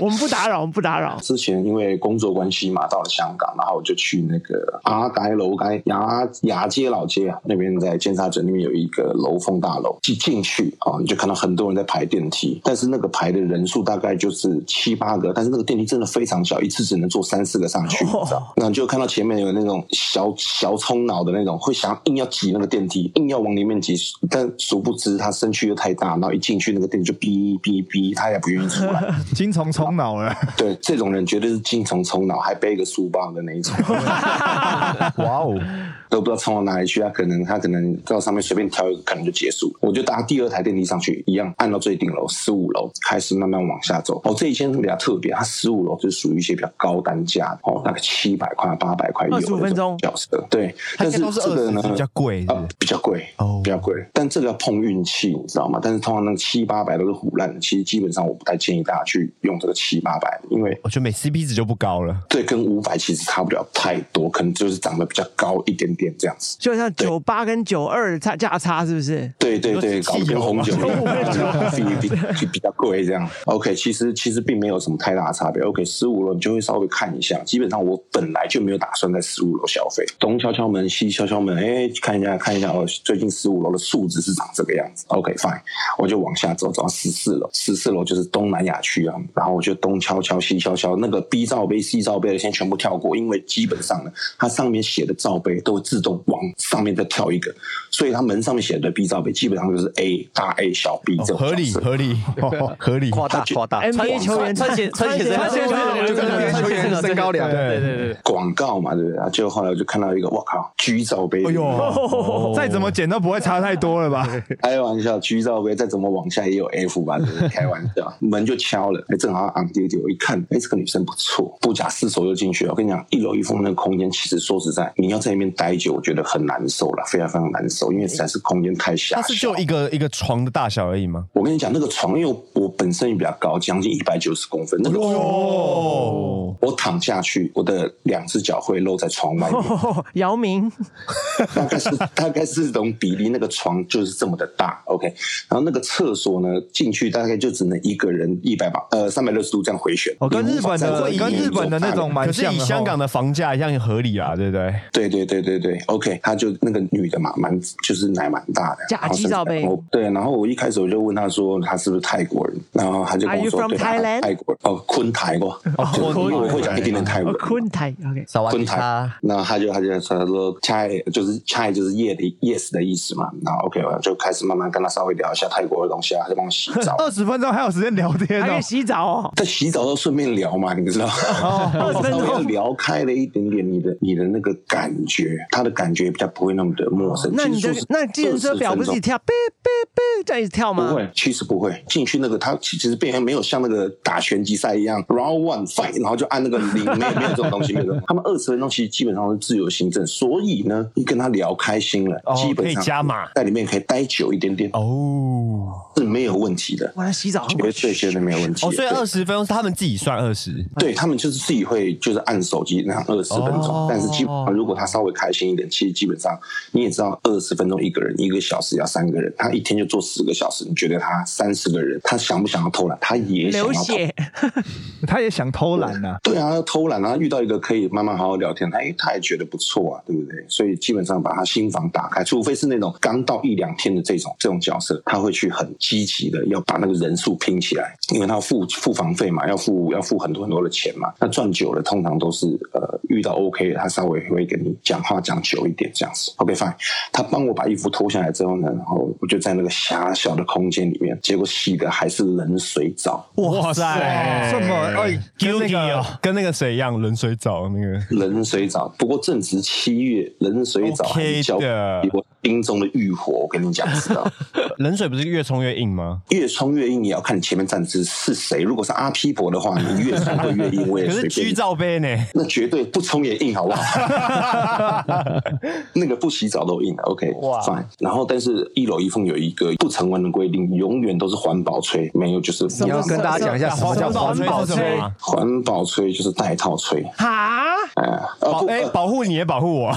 [SPEAKER 1] 我们不打扰，我们不打扰。
[SPEAKER 3] 之前因为工作关系嘛，到了香港，然后我就去那个阿街楼街牙牙街老街啊，那边在尖沙咀那边有一个楼凤大楼，进进去啊、你就看到很多人在排电梯，但是那个排的人数大概就是七八个，但是那个电梯真的非常小，一次只能坐三四个上去，你知道？那你就看到前面有那种小小冲脑的那种，会想硬要挤那个电梯，硬要往里面挤，但殊不知他身躯又太大，然后一进去那个电梯就哔哔哔，他也不愿意出来。
[SPEAKER 8] 精虫冲脑了，
[SPEAKER 3] 对，这种人绝对是精虫充脑，还背一个书包的那一种，
[SPEAKER 9] 哇哦，
[SPEAKER 3] 都不知道冲到哪里去。他可能他可能到上面随便挑一个，可能就结束。我就搭第二台电梯上去，一样按到最顶楼十五楼，开始慢慢往下走。哦，这一间比较特别，它十五楼就是属于一些比较高单价的，哦，大概七百块、八百块有
[SPEAKER 1] 25分钟
[SPEAKER 3] 角色，对，但是
[SPEAKER 9] 都是
[SPEAKER 3] 这个
[SPEAKER 9] 二
[SPEAKER 3] 呢
[SPEAKER 9] 十，比较贵是不
[SPEAKER 3] 啊
[SPEAKER 9] 是，
[SPEAKER 3] 比较贵，
[SPEAKER 9] 哦
[SPEAKER 3] 比较贵，但这个要碰运气，你知道吗？但是通常那个七八百都是虎烂的，其实基本上我不太建议大家去用这个七八百，因为
[SPEAKER 9] 我觉得每 CP 值就不高了。
[SPEAKER 3] 对，跟五百其实差不了太多，可能就是长得比较高一点点这样子。
[SPEAKER 1] 就像九八跟九二的差价差是不是？
[SPEAKER 3] 对对对，
[SPEAKER 9] 有
[SPEAKER 3] 搞得
[SPEAKER 9] 汽油
[SPEAKER 3] 跟
[SPEAKER 9] 吗
[SPEAKER 3] 红酒一样，
[SPEAKER 1] 跟
[SPEAKER 3] 比比比较贵这样。OK，其实其实并没有什么太大的差别。OK，十五楼你就会稍微看一下，基本上我本来就没有打算在十五楼消费，东敲敲门西敲敲门，哎，看一下看一下，哦，最近十五楼的数值是长这个样子。OK，fine，、我就往下走，走到十四楼，十四楼就是东南亚区啊，然后我就东敲敲西敲敲，那个 B 罩杯、C 罩杯的先全部跳过，因为基本上呢，它上面写的罩杯都会自动往上面再跳一个，所以它门上面写的 B 罩杯基本上就是 A 大 A 小 B 这种角色、
[SPEAKER 9] 哦合理合合理，合理。
[SPEAKER 2] 夸大夸大，
[SPEAKER 1] NBA 球员
[SPEAKER 6] 穿鞋穿鞋子，
[SPEAKER 1] 穿鞋
[SPEAKER 6] 子
[SPEAKER 2] 就跟 NBA 球员身高两
[SPEAKER 6] 对对对，
[SPEAKER 3] 广告嘛，对不对？啊结果后来我就看到一个，我靠，橘罩杯，
[SPEAKER 9] 哎呦，
[SPEAKER 8] 哦再怎么剪都不会差太多了吧？
[SPEAKER 3] 开玩笑，橘罩杯再怎么往下也有 F 吧，对不对？开玩 笑，门就敲了，哎，正好昂丢丢，一看，哎，这个女生不错，不假思索就进去了。我跟你讲，一楼一凤那个空间，其实说实在，你要在里面待久，我觉得很难受了，非常非常难受，因为实在是空间太狭
[SPEAKER 9] 它
[SPEAKER 3] 小。
[SPEAKER 9] 是就一个一个床的大小而已吗？
[SPEAKER 3] 我跟你讲，那个床，因为我本身也比较高，将近一百九十公分，那个
[SPEAKER 9] 哦，
[SPEAKER 3] 我躺下去，我的两只脚会露在床外面，
[SPEAKER 1] 哦姚明，
[SPEAKER 3] 大概是大概是这种比例，那个床就是这么的大，OK。然后那个厕所呢，进去大概就只能一个人一百八呃三百六十度这样回旋。
[SPEAKER 8] 哦，跟日本
[SPEAKER 3] 你无法
[SPEAKER 8] 的
[SPEAKER 3] 在
[SPEAKER 8] 跟日本的那种蛮
[SPEAKER 9] 可是
[SPEAKER 8] 像
[SPEAKER 9] 以
[SPEAKER 8] 的哦。
[SPEAKER 9] 香港的房价一样合理啊，对不对？
[SPEAKER 3] 对对对对对，OK，她就那个女的嘛，蛮就是奶蛮大的，
[SPEAKER 1] 假
[SPEAKER 3] 然后
[SPEAKER 1] 鸡
[SPEAKER 3] 身材
[SPEAKER 1] 罩杯
[SPEAKER 3] 然后对，然后我一开始我就问她说她是不是泰国人，然后她就跟
[SPEAKER 1] Are
[SPEAKER 3] 我
[SPEAKER 1] you
[SPEAKER 3] 说
[SPEAKER 1] from
[SPEAKER 3] 对她
[SPEAKER 1] Thailand？
[SPEAKER 3] 泰国人哦，昆台哦，就是因为我会讲一点点泰文
[SPEAKER 1] 哦，，昆台，OK，
[SPEAKER 10] 萨瓦迪
[SPEAKER 3] 昆
[SPEAKER 10] 卡
[SPEAKER 3] 台，然后他就他就说他说 chai 就是 chai 就是 ye 的 yes 的意思嘛，然后 OK 我就开始慢慢跟他稍微聊一下泰国的东西啊，他就帮我洗澡，
[SPEAKER 8] 二十分钟还有时间聊天
[SPEAKER 1] 还可
[SPEAKER 8] 哦
[SPEAKER 1] 以。洗澡哦。
[SPEAKER 3] 在洗澡都顺便聊嘛，你知道吗？
[SPEAKER 1] 二十分
[SPEAKER 3] 稍微
[SPEAKER 1] 钟，
[SPEAKER 3] 聊开了一点点，你的你的那个感觉，他的感觉比较不会那么的陌生。
[SPEAKER 1] 那你
[SPEAKER 3] 其
[SPEAKER 1] 的
[SPEAKER 3] 实说是
[SPEAKER 1] 那计程车表不是一直
[SPEAKER 3] 20分钟
[SPEAKER 1] 跳，哔哔哔，这样一直跳吗
[SPEAKER 3] 不？会，其实不会。进去那个他其实变成没有像那个打拳击赛一样 round one fight，然后就按那个铃，没有没有这种东西，没有这种。他们二十分钟其实基本上是自由行政，所以呢，你跟他聊开心了，
[SPEAKER 9] 哦
[SPEAKER 3] 基本上
[SPEAKER 9] 可以加码
[SPEAKER 3] 在里面可以待久一点点、
[SPEAKER 9] 哦
[SPEAKER 3] 是没有问题的，
[SPEAKER 1] 哇，那洗澡很
[SPEAKER 3] 绝对绝对没有问题。
[SPEAKER 9] 哦，所
[SPEAKER 3] 对
[SPEAKER 9] 以二十分钟是他们自己算二十，
[SPEAKER 3] 对他们就是自己会就是按手机那样二十分钟，
[SPEAKER 9] 哦
[SPEAKER 3] 但是基本上如果他稍微开心一点，其实基本上你也知道，二十分钟一个人，一个小时要三个人，他一天就做十个小时，你觉得他三十个人，他想不想要偷懒？他也想
[SPEAKER 1] 流
[SPEAKER 3] 要偷懒。
[SPEAKER 1] 血，
[SPEAKER 8] 他也想偷懒呐、
[SPEAKER 3] 对啊，偷懒啊，遇到一个可以慢慢好好聊天，哎，他也觉得不错啊，对不对？所以基本上把他心房打开，除非是那种刚到一两天的这种这种角色，他会去很积极的要把那个人数拼起来，因为他要付付房费嘛，要付要付很多很多的钱嘛。那赚久了，通常都是呃遇到 OK 的，他稍微会跟你讲话讲久一点这样子。OK fine，他帮我把衣服脱下来之后呢，然后我就在那个狭小的空间里面，结果洗的还是冷水澡。
[SPEAKER 9] 哇
[SPEAKER 8] 塞这么哎
[SPEAKER 9] 跟那
[SPEAKER 8] guilty
[SPEAKER 9] 个
[SPEAKER 8] 哦
[SPEAKER 9] 啊跟那个谁一样，冷水澡那 个
[SPEAKER 3] 冷水澡，不过正值七月，冷水澡还是浇
[SPEAKER 9] OK 的
[SPEAKER 3] 比我心中的欲火。我跟你讲，知 道，
[SPEAKER 9] 冷水不是越冲越硬吗？
[SPEAKER 3] 越冲越硬，也要看你前面站姿是谁。如果是阿 P 婆的话，你越冲会越硬，我也
[SPEAKER 9] 可
[SPEAKER 3] 随便
[SPEAKER 9] 是居
[SPEAKER 3] 你。
[SPEAKER 9] 罩杯呢？
[SPEAKER 3] 那绝对不冲也硬，好 不好？那个不洗澡都硬，OK，啊
[SPEAKER 9] 哇
[SPEAKER 3] fine。然后，但是一楼一凤有一个不成文的规定，永远都是环保吹，没有就是
[SPEAKER 2] 你要跟大家讲一下什么叫环
[SPEAKER 9] 吹
[SPEAKER 2] 保
[SPEAKER 3] 哦
[SPEAKER 9] 是什
[SPEAKER 2] 吹
[SPEAKER 9] 么啊？
[SPEAKER 3] 环保吹就是带套吹，
[SPEAKER 1] 哈，
[SPEAKER 3] 哎、啊
[SPEAKER 9] 保
[SPEAKER 3] 不
[SPEAKER 9] 哎，
[SPEAKER 3] 呃
[SPEAKER 9] 保护你也保护我，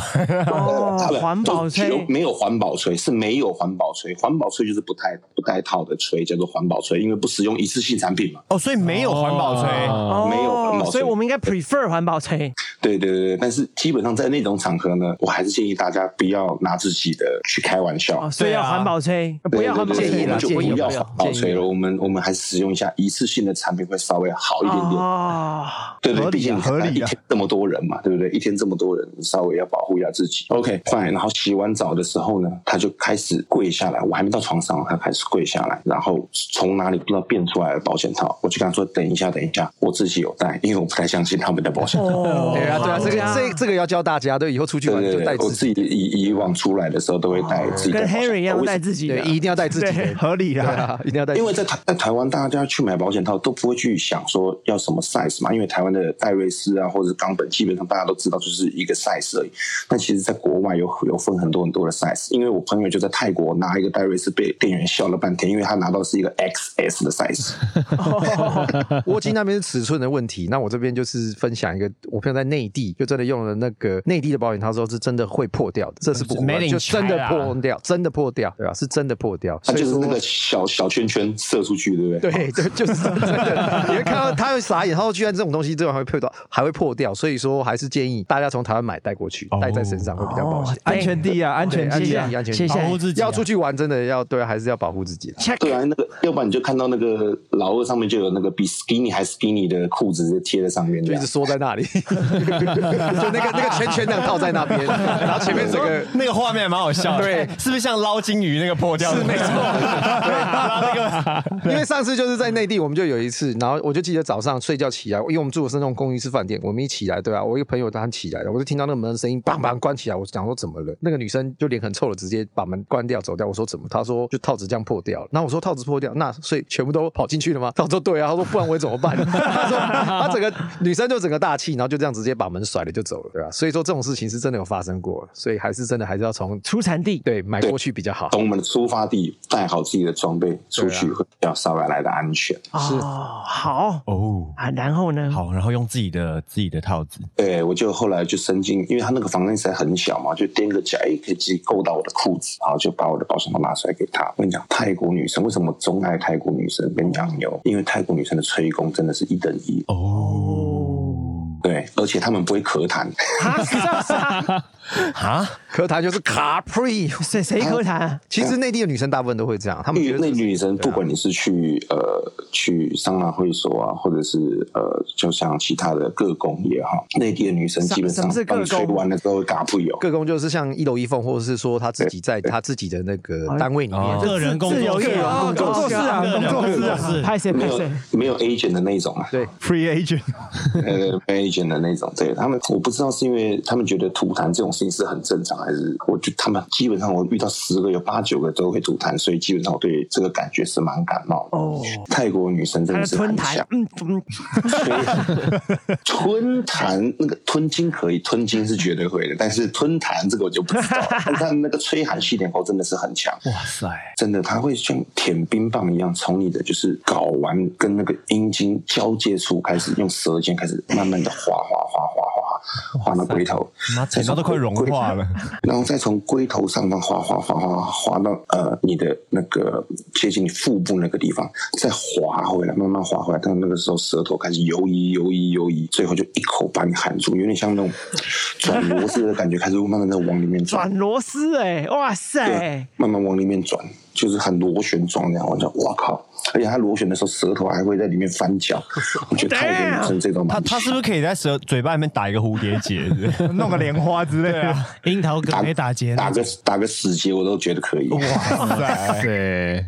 [SPEAKER 1] 哦
[SPEAKER 3] 啊不，
[SPEAKER 1] 环保
[SPEAKER 3] 就就
[SPEAKER 1] 吹，
[SPEAKER 3] 没有环保吹，是没有环保吹。环保吹就是不带不带套的吹，叫做环保吹，因为不使用一次性产品嘛。
[SPEAKER 9] 哦，所以没有环保吹，
[SPEAKER 1] 哦
[SPEAKER 3] 没有环保吹
[SPEAKER 1] 所以我们应该 prefer 环保吹。
[SPEAKER 3] 对对对对，但是基本上在那种场合呢，我还是建议大家不要拿自己的去开玩笑。
[SPEAKER 1] 哦，所以
[SPEAKER 9] 对
[SPEAKER 1] 要
[SPEAKER 9] 啊
[SPEAKER 1] 环保吹，
[SPEAKER 3] 对
[SPEAKER 1] 不要环保
[SPEAKER 3] 对
[SPEAKER 1] 吹
[SPEAKER 3] 对对
[SPEAKER 6] 建议啦
[SPEAKER 3] 我们就
[SPEAKER 6] 建议
[SPEAKER 3] 不要
[SPEAKER 6] 不要
[SPEAKER 3] 环保吹
[SPEAKER 6] 建
[SPEAKER 3] 了。
[SPEAKER 6] 议
[SPEAKER 3] 我们我们还是使用一下一次性的产品会稍微好一点点。
[SPEAKER 1] 哦，
[SPEAKER 3] 对对，
[SPEAKER 8] 合理啊
[SPEAKER 3] 毕竟你看
[SPEAKER 8] 合理啊
[SPEAKER 3] 一天这么多人嘛，对不对？一天这么多人，稍微要保护一下自己。OK fine。然后洗完澡的时候呢，他就开始跪下来，我还没到床上，他开始跪下来，然后从哪里不知道变出来的保险套，我就跟他说：“等一下，等一下，我自己有带，因为我不太相信他们的保险 套。
[SPEAKER 1] 哦
[SPEAKER 2] 对啊对啊，这个
[SPEAKER 1] 好
[SPEAKER 2] 这这个要教大家，对，以后出去
[SPEAKER 3] 对
[SPEAKER 2] 玩
[SPEAKER 3] 对
[SPEAKER 2] 就带
[SPEAKER 3] 对，我自己以以往出来的时候都会带自己的
[SPEAKER 1] 跟
[SPEAKER 3] 保险套
[SPEAKER 1] Henry 一样
[SPEAKER 3] 我为什
[SPEAKER 1] 带自己的
[SPEAKER 2] 对，，一定要带自己
[SPEAKER 1] 对
[SPEAKER 2] 的，
[SPEAKER 8] 合理
[SPEAKER 2] 对
[SPEAKER 8] 啊。
[SPEAKER 2] 啊，一定要带自己的。
[SPEAKER 3] 因为在台在台湾，大家去买保险套都不会去想说要什么 size 嘛，因为台湾的戴瑞斯啊或者是冈本，基本上大家都知道就是一个 size 而已。但其实，在国外有有分很多很多的 size，因为我朋友就在泰国拿一个戴瑞斯被店员笑了半天，因为他拿到是一个 XS 的 size。
[SPEAKER 2] 窝机那边是尺寸的问题，那我这边就是分享一个，我朋友在内地就真的用了那个内地的保险套之后，是真的会破掉的，这是不夸张
[SPEAKER 9] Made in
[SPEAKER 2] 就真的
[SPEAKER 9] China
[SPEAKER 2] 破掉，真的破掉，对吧、啊是真的破掉，
[SPEAKER 3] 它
[SPEAKER 2] 所以
[SPEAKER 3] 啊就是
[SPEAKER 2] 说
[SPEAKER 3] 那个小小圈圈射出去，对不 对？
[SPEAKER 2] 对，就就是真的，你会看到他会傻眼，然后居然这种东西最后还会破掉，还会破掉，所以说还是建议大家从台湾买带过去
[SPEAKER 5] 哦，
[SPEAKER 2] 带在身上会比较保险。
[SPEAKER 8] 安全第一啊，安
[SPEAKER 2] 对
[SPEAKER 8] 全
[SPEAKER 2] 安
[SPEAKER 8] 第一
[SPEAKER 2] 全
[SPEAKER 8] 啊
[SPEAKER 2] 第一，安全第
[SPEAKER 1] 谢
[SPEAKER 2] 一
[SPEAKER 1] 谢
[SPEAKER 5] 保护自己啊
[SPEAKER 2] 要出去玩，真的要对，还是要保护自己啦。
[SPEAKER 1] check
[SPEAKER 3] 对啊，那个要不然你就看到那个老二上面就有那个比 skinny 还 skinny 的裤子直接贴在上面这
[SPEAKER 2] 就一
[SPEAKER 3] 样
[SPEAKER 2] 直，缩在那里，就那个那个圈圈那样套在那边，然后前面整个
[SPEAKER 9] 那个画面还蛮好笑的，
[SPEAKER 2] 对
[SPEAKER 9] 是不是像捞金鱼那个破掉的？
[SPEAKER 2] 是没错，
[SPEAKER 9] 那个
[SPEAKER 2] 因为上次就是在内地，我们就有一次，然后我就记得早上睡觉起来，因为我们住的是那种公寓式饭店，我们一起来，对啊，我一个朋友他起来了，我就听到那个门声音，梆梆关起来，我想说怎么了？那个女生就脸很臭了，直接把门关掉走掉。我说怎么？她说就套子这样破掉了。那我说套子破掉，那所以全部都跑进去了吗？她说对啊，她说不然我也怎么办？她说她整个女生就整个大气，然后就这样直接把门甩了就走了，对吧、啊所以说这种事情是真的有发生过，所以还是真的还是要从
[SPEAKER 1] 出产地。
[SPEAKER 2] 对买过去比较好。
[SPEAKER 3] 从我们的出发地带好自己的装备出
[SPEAKER 2] 啊
[SPEAKER 3] 去，会比较稍微来的安全。
[SPEAKER 1] 哦，好
[SPEAKER 9] 哦，
[SPEAKER 1] 啊，然后呢？
[SPEAKER 9] 好，然后用自己的自己的套子，
[SPEAKER 3] 对，我就后来就伸进，因为他那个房间实在很小嘛，就踮个脚也可以直接够到我的裤子，然后就把我的保险套拿出来给他。我跟你讲，泰国女生为什么我钟爱泰国女生跟洋妞？因为泰国女生的吹功真的是一等一哦。对，而且他们不会咳痰，
[SPEAKER 1] 啊，哦 是啊是啊
[SPEAKER 9] 哈，
[SPEAKER 2] 可谈就是卡 pre。
[SPEAKER 1] 谁谁咳痰啊？
[SPEAKER 2] 其实内地的女生大部分都会这样，她们
[SPEAKER 3] 因
[SPEAKER 2] 觉
[SPEAKER 3] 为
[SPEAKER 2] 得
[SPEAKER 3] 那
[SPEAKER 2] 这是啊
[SPEAKER 3] 嗯女生不管你是去呃去桑拿会所啊，或者是呃，就像其他的各工也好，内地的女生基本
[SPEAKER 1] 什
[SPEAKER 3] 上
[SPEAKER 1] 么是各工
[SPEAKER 3] 帮你吹完了之后嘎不油。
[SPEAKER 2] 各工就是像一楼一凤，或者是说她自己在她自己的那个单位里面，
[SPEAKER 5] 个人工
[SPEAKER 1] 自由
[SPEAKER 5] 作室
[SPEAKER 1] 业
[SPEAKER 5] 啊
[SPEAKER 1] 哦
[SPEAKER 8] 工作室啊
[SPEAKER 5] 个人
[SPEAKER 8] 工作室啊
[SPEAKER 5] 室
[SPEAKER 1] 拍谁
[SPEAKER 3] 没
[SPEAKER 1] 拍
[SPEAKER 3] 有
[SPEAKER 1] 谁？
[SPEAKER 3] 没有 agent 的那种啊，
[SPEAKER 2] 对
[SPEAKER 8] ，free agent，
[SPEAKER 3] 呃 agent 的那种，对他们，我不知道是因为他们觉得吐痰这种事情是很正常，还是我就他们基本上我遇到十个有八九个都会吐痰，所以基本上我对这个感觉是蛮感冒的。
[SPEAKER 1] 哦
[SPEAKER 3] 泰国女生真
[SPEAKER 1] 他
[SPEAKER 3] 的
[SPEAKER 1] 的
[SPEAKER 3] 是
[SPEAKER 1] 吞
[SPEAKER 3] 很
[SPEAKER 1] 痰
[SPEAKER 8] 啊
[SPEAKER 3] 强，，
[SPEAKER 1] 嗯嗯，
[SPEAKER 3] 吞痰那个吞金可以，吞金是绝对会的，但是吞痰这个我就不知道了。但他们那个吹寒气点头真的是很强，
[SPEAKER 9] 哇塞，
[SPEAKER 3] 真的，它会像舔冰棒一样，从你的就是睾丸跟那个阴茎交界处开始，用舌尖开始慢慢的划划划划划划那龟头，
[SPEAKER 9] 妈，剪刀都快融化了，
[SPEAKER 3] 然后再从龟头上方划划划划划到呃你的那个接近你腹部那个地方，再划回来，慢慢划回来。到那个时候，舌头开始游移游移游移，最后就一口把你含住，有点像那种转螺丝的感觉，开始慢慢的往里面转
[SPEAKER 1] 转。螺丝哎，哇塞
[SPEAKER 3] 对，，慢慢往里面转，就是很螺旋状那样。我讲，哇靠！而且它螺旋的时候，舌头还会在里面翻 搅。我觉得泰国女生这种
[SPEAKER 9] 他
[SPEAKER 3] 蛮
[SPEAKER 9] 他是不是可以在舌嘴巴里面打一个蝴蝶结？是不是
[SPEAKER 8] 弄个莲花之类的。
[SPEAKER 1] 啊
[SPEAKER 5] 樱桃哥可以打结呢，
[SPEAKER 3] 打个打个死结，我都觉得可以。
[SPEAKER 9] 哇 塞，
[SPEAKER 3] 对，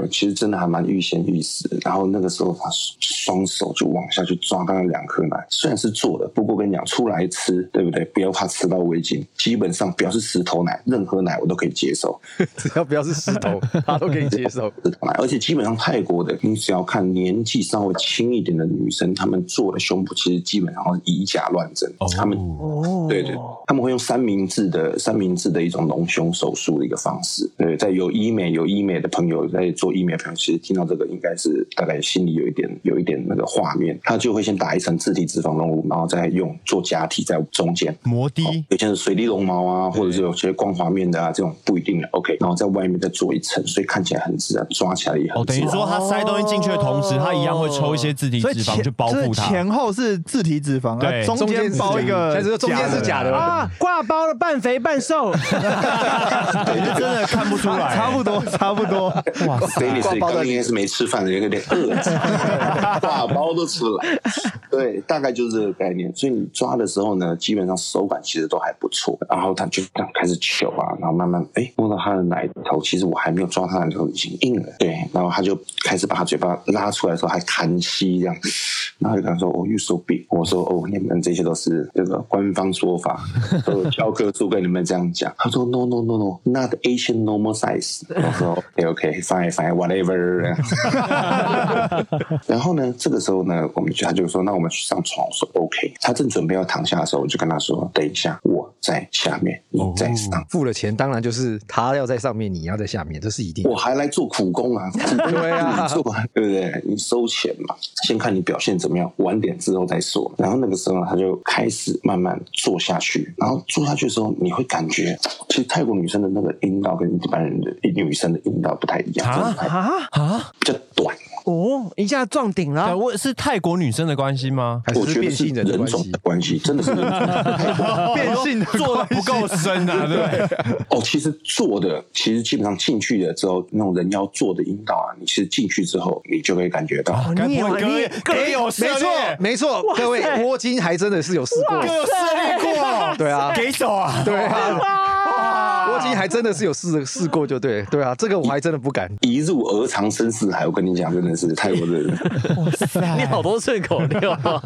[SPEAKER 3] 我其实真的还蛮欲仙欲死的。然后那个时候，他双手就往下去抓刚刚两颗奶，虽然是做的，不过跟你讲，出来吃，对不对？不要怕吃到味精，基本上表示石头奶，任何奶我都可以接受。
[SPEAKER 2] 只要不要是石头，她都可以接受。
[SPEAKER 3] 石头奶，而且基本上泰国的，你只要看年纪稍微轻一点的女生，她们做的胸部其实基本上是以假乱真，
[SPEAKER 9] 哦
[SPEAKER 3] 她们
[SPEAKER 1] 哦，
[SPEAKER 3] 对对，他们会用三明治的三明治的一种隆胸手术的一个方式。对，在有医美有医美的朋友在做医美的朋友，其实听到这个应该是大概心里有一点有一点那个画面，他就会先打一层自体脂肪隆乳，然后再用做假体在中间。
[SPEAKER 9] 摩的
[SPEAKER 3] 哦有些是水滴绒毛啊，或者是有些光滑面的啊，这种不一定的。OK，然后在外面再做一层，所以看起来很自然，抓起来也
[SPEAKER 9] 哦，
[SPEAKER 3] 很自
[SPEAKER 9] 等于
[SPEAKER 3] 然。
[SPEAKER 9] 说他塞东西进去的同时，他一样会抽一些自体
[SPEAKER 8] 所以
[SPEAKER 9] 脂肪
[SPEAKER 8] 前
[SPEAKER 9] 去包
[SPEAKER 8] 所以
[SPEAKER 9] 覆它。
[SPEAKER 8] 前后是自体脂肪，
[SPEAKER 9] 对
[SPEAKER 8] 啊中间包一个，
[SPEAKER 2] 但是中间是假的，
[SPEAKER 1] 啊，挂包了，半肥半瘦，
[SPEAKER 9] 对，就真的看不出来，
[SPEAKER 8] 差不多，差不多。哇，
[SPEAKER 3] 所以你
[SPEAKER 2] 挂
[SPEAKER 3] 是
[SPEAKER 2] 包
[SPEAKER 3] 刚
[SPEAKER 2] 在
[SPEAKER 3] 刚应该是没吃饭的，有点 饿，挂包都出来。对，大概就是这个概念。所以你抓的时候呢，基本上手感其实都还不错。然后他就开始求啊，然后慢慢哎摸到他的奶头，其实我还没有抓他的奶头，已经硬了。对，然后他就开始把他嘴巴拉出来的时候还弹吸这样，然后就跟他说哦，you so big。我说哦，你们这些都是这个官方说法，都有教科书跟你们这样讲。他说 no no no no，not Asian normal size。我说 OK OK fine fine whatever。然后呢，这个时候呢，我们就他就说，那我们去上床。我说 OK。他正准备要躺下的时候，我就跟他说，等一下，我在下面，你在上。
[SPEAKER 2] 付了钱，当然就是她要在上面，你要在下面，这是一定的。
[SPEAKER 3] 我还来做苦工啊，苦工
[SPEAKER 2] 对啊
[SPEAKER 3] 自己做啊，对不对？你收钱嘛，先看你表现怎么样，晚点之后再说。然后那个时候呢，他就开始慢慢做下去，然后做下去的时候，你会感觉，其实泰国女生的那个阴道跟一般人的女生的阴道不太一样，真的不太一样
[SPEAKER 1] 啊，
[SPEAKER 3] 比较短。
[SPEAKER 1] 哦，一下撞顶
[SPEAKER 9] 对，
[SPEAKER 1] 了。
[SPEAKER 9] 我是泰国女生的关系吗？
[SPEAKER 2] 还
[SPEAKER 3] 我
[SPEAKER 2] 是
[SPEAKER 3] 觉得
[SPEAKER 2] 变
[SPEAKER 3] 是
[SPEAKER 2] 性人的
[SPEAKER 3] 人
[SPEAKER 2] 关
[SPEAKER 3] 种
[SPEAKER 2] 系
[SPEAKER 3] 的？关系，真的是人种的关 系
[SPEAKER 9] 变性的做的 不够深啊，对不对？
[SPEAKER 3] 哦，其实做的其实基本上进去了之后，那种人妖做的阴道啊，你其实进去之后，你就会感觉到，
[SPEAKER 1] 哦，
[SPEAKER 9] 该
[SPEAKER 1] 你
[SPEAKER 9] 不
[SPEAKER 1] 也
[SPEAKER 9] 会
[SPEAKER 1] 玩
[SPEAKER 9] 割
[SPEAKER 1] 你
[SPEAKER 9] 也
[SPEAKER 1] 也
[SPEAKER 9] 割
[SPEAKER 1] 割
[SPEAKER 9] 也有涉
[SPEAKER 2] 没错
[SPEAKER 9] 猎，
[SPEAKER 2] 没错，各位，
[SPEAKER 1] 塞
[SPEAKER 2] 窝金还真的是有试过，
[SPEAKER 9] 割有涉猎 过，
[SPEAKER 2] 对啊，
[SPEAKER 9] 给手啊，
[SPEAKER 2] 对啊，窝金还真的是有试试过，就对，对啊，这个我还真的不敢。
[SPEAKER 3] 一入鹅肠深似海。我跟你讲，真的是泰国的 人，
[SPEAKER 6] 你好多顺口 溜啊，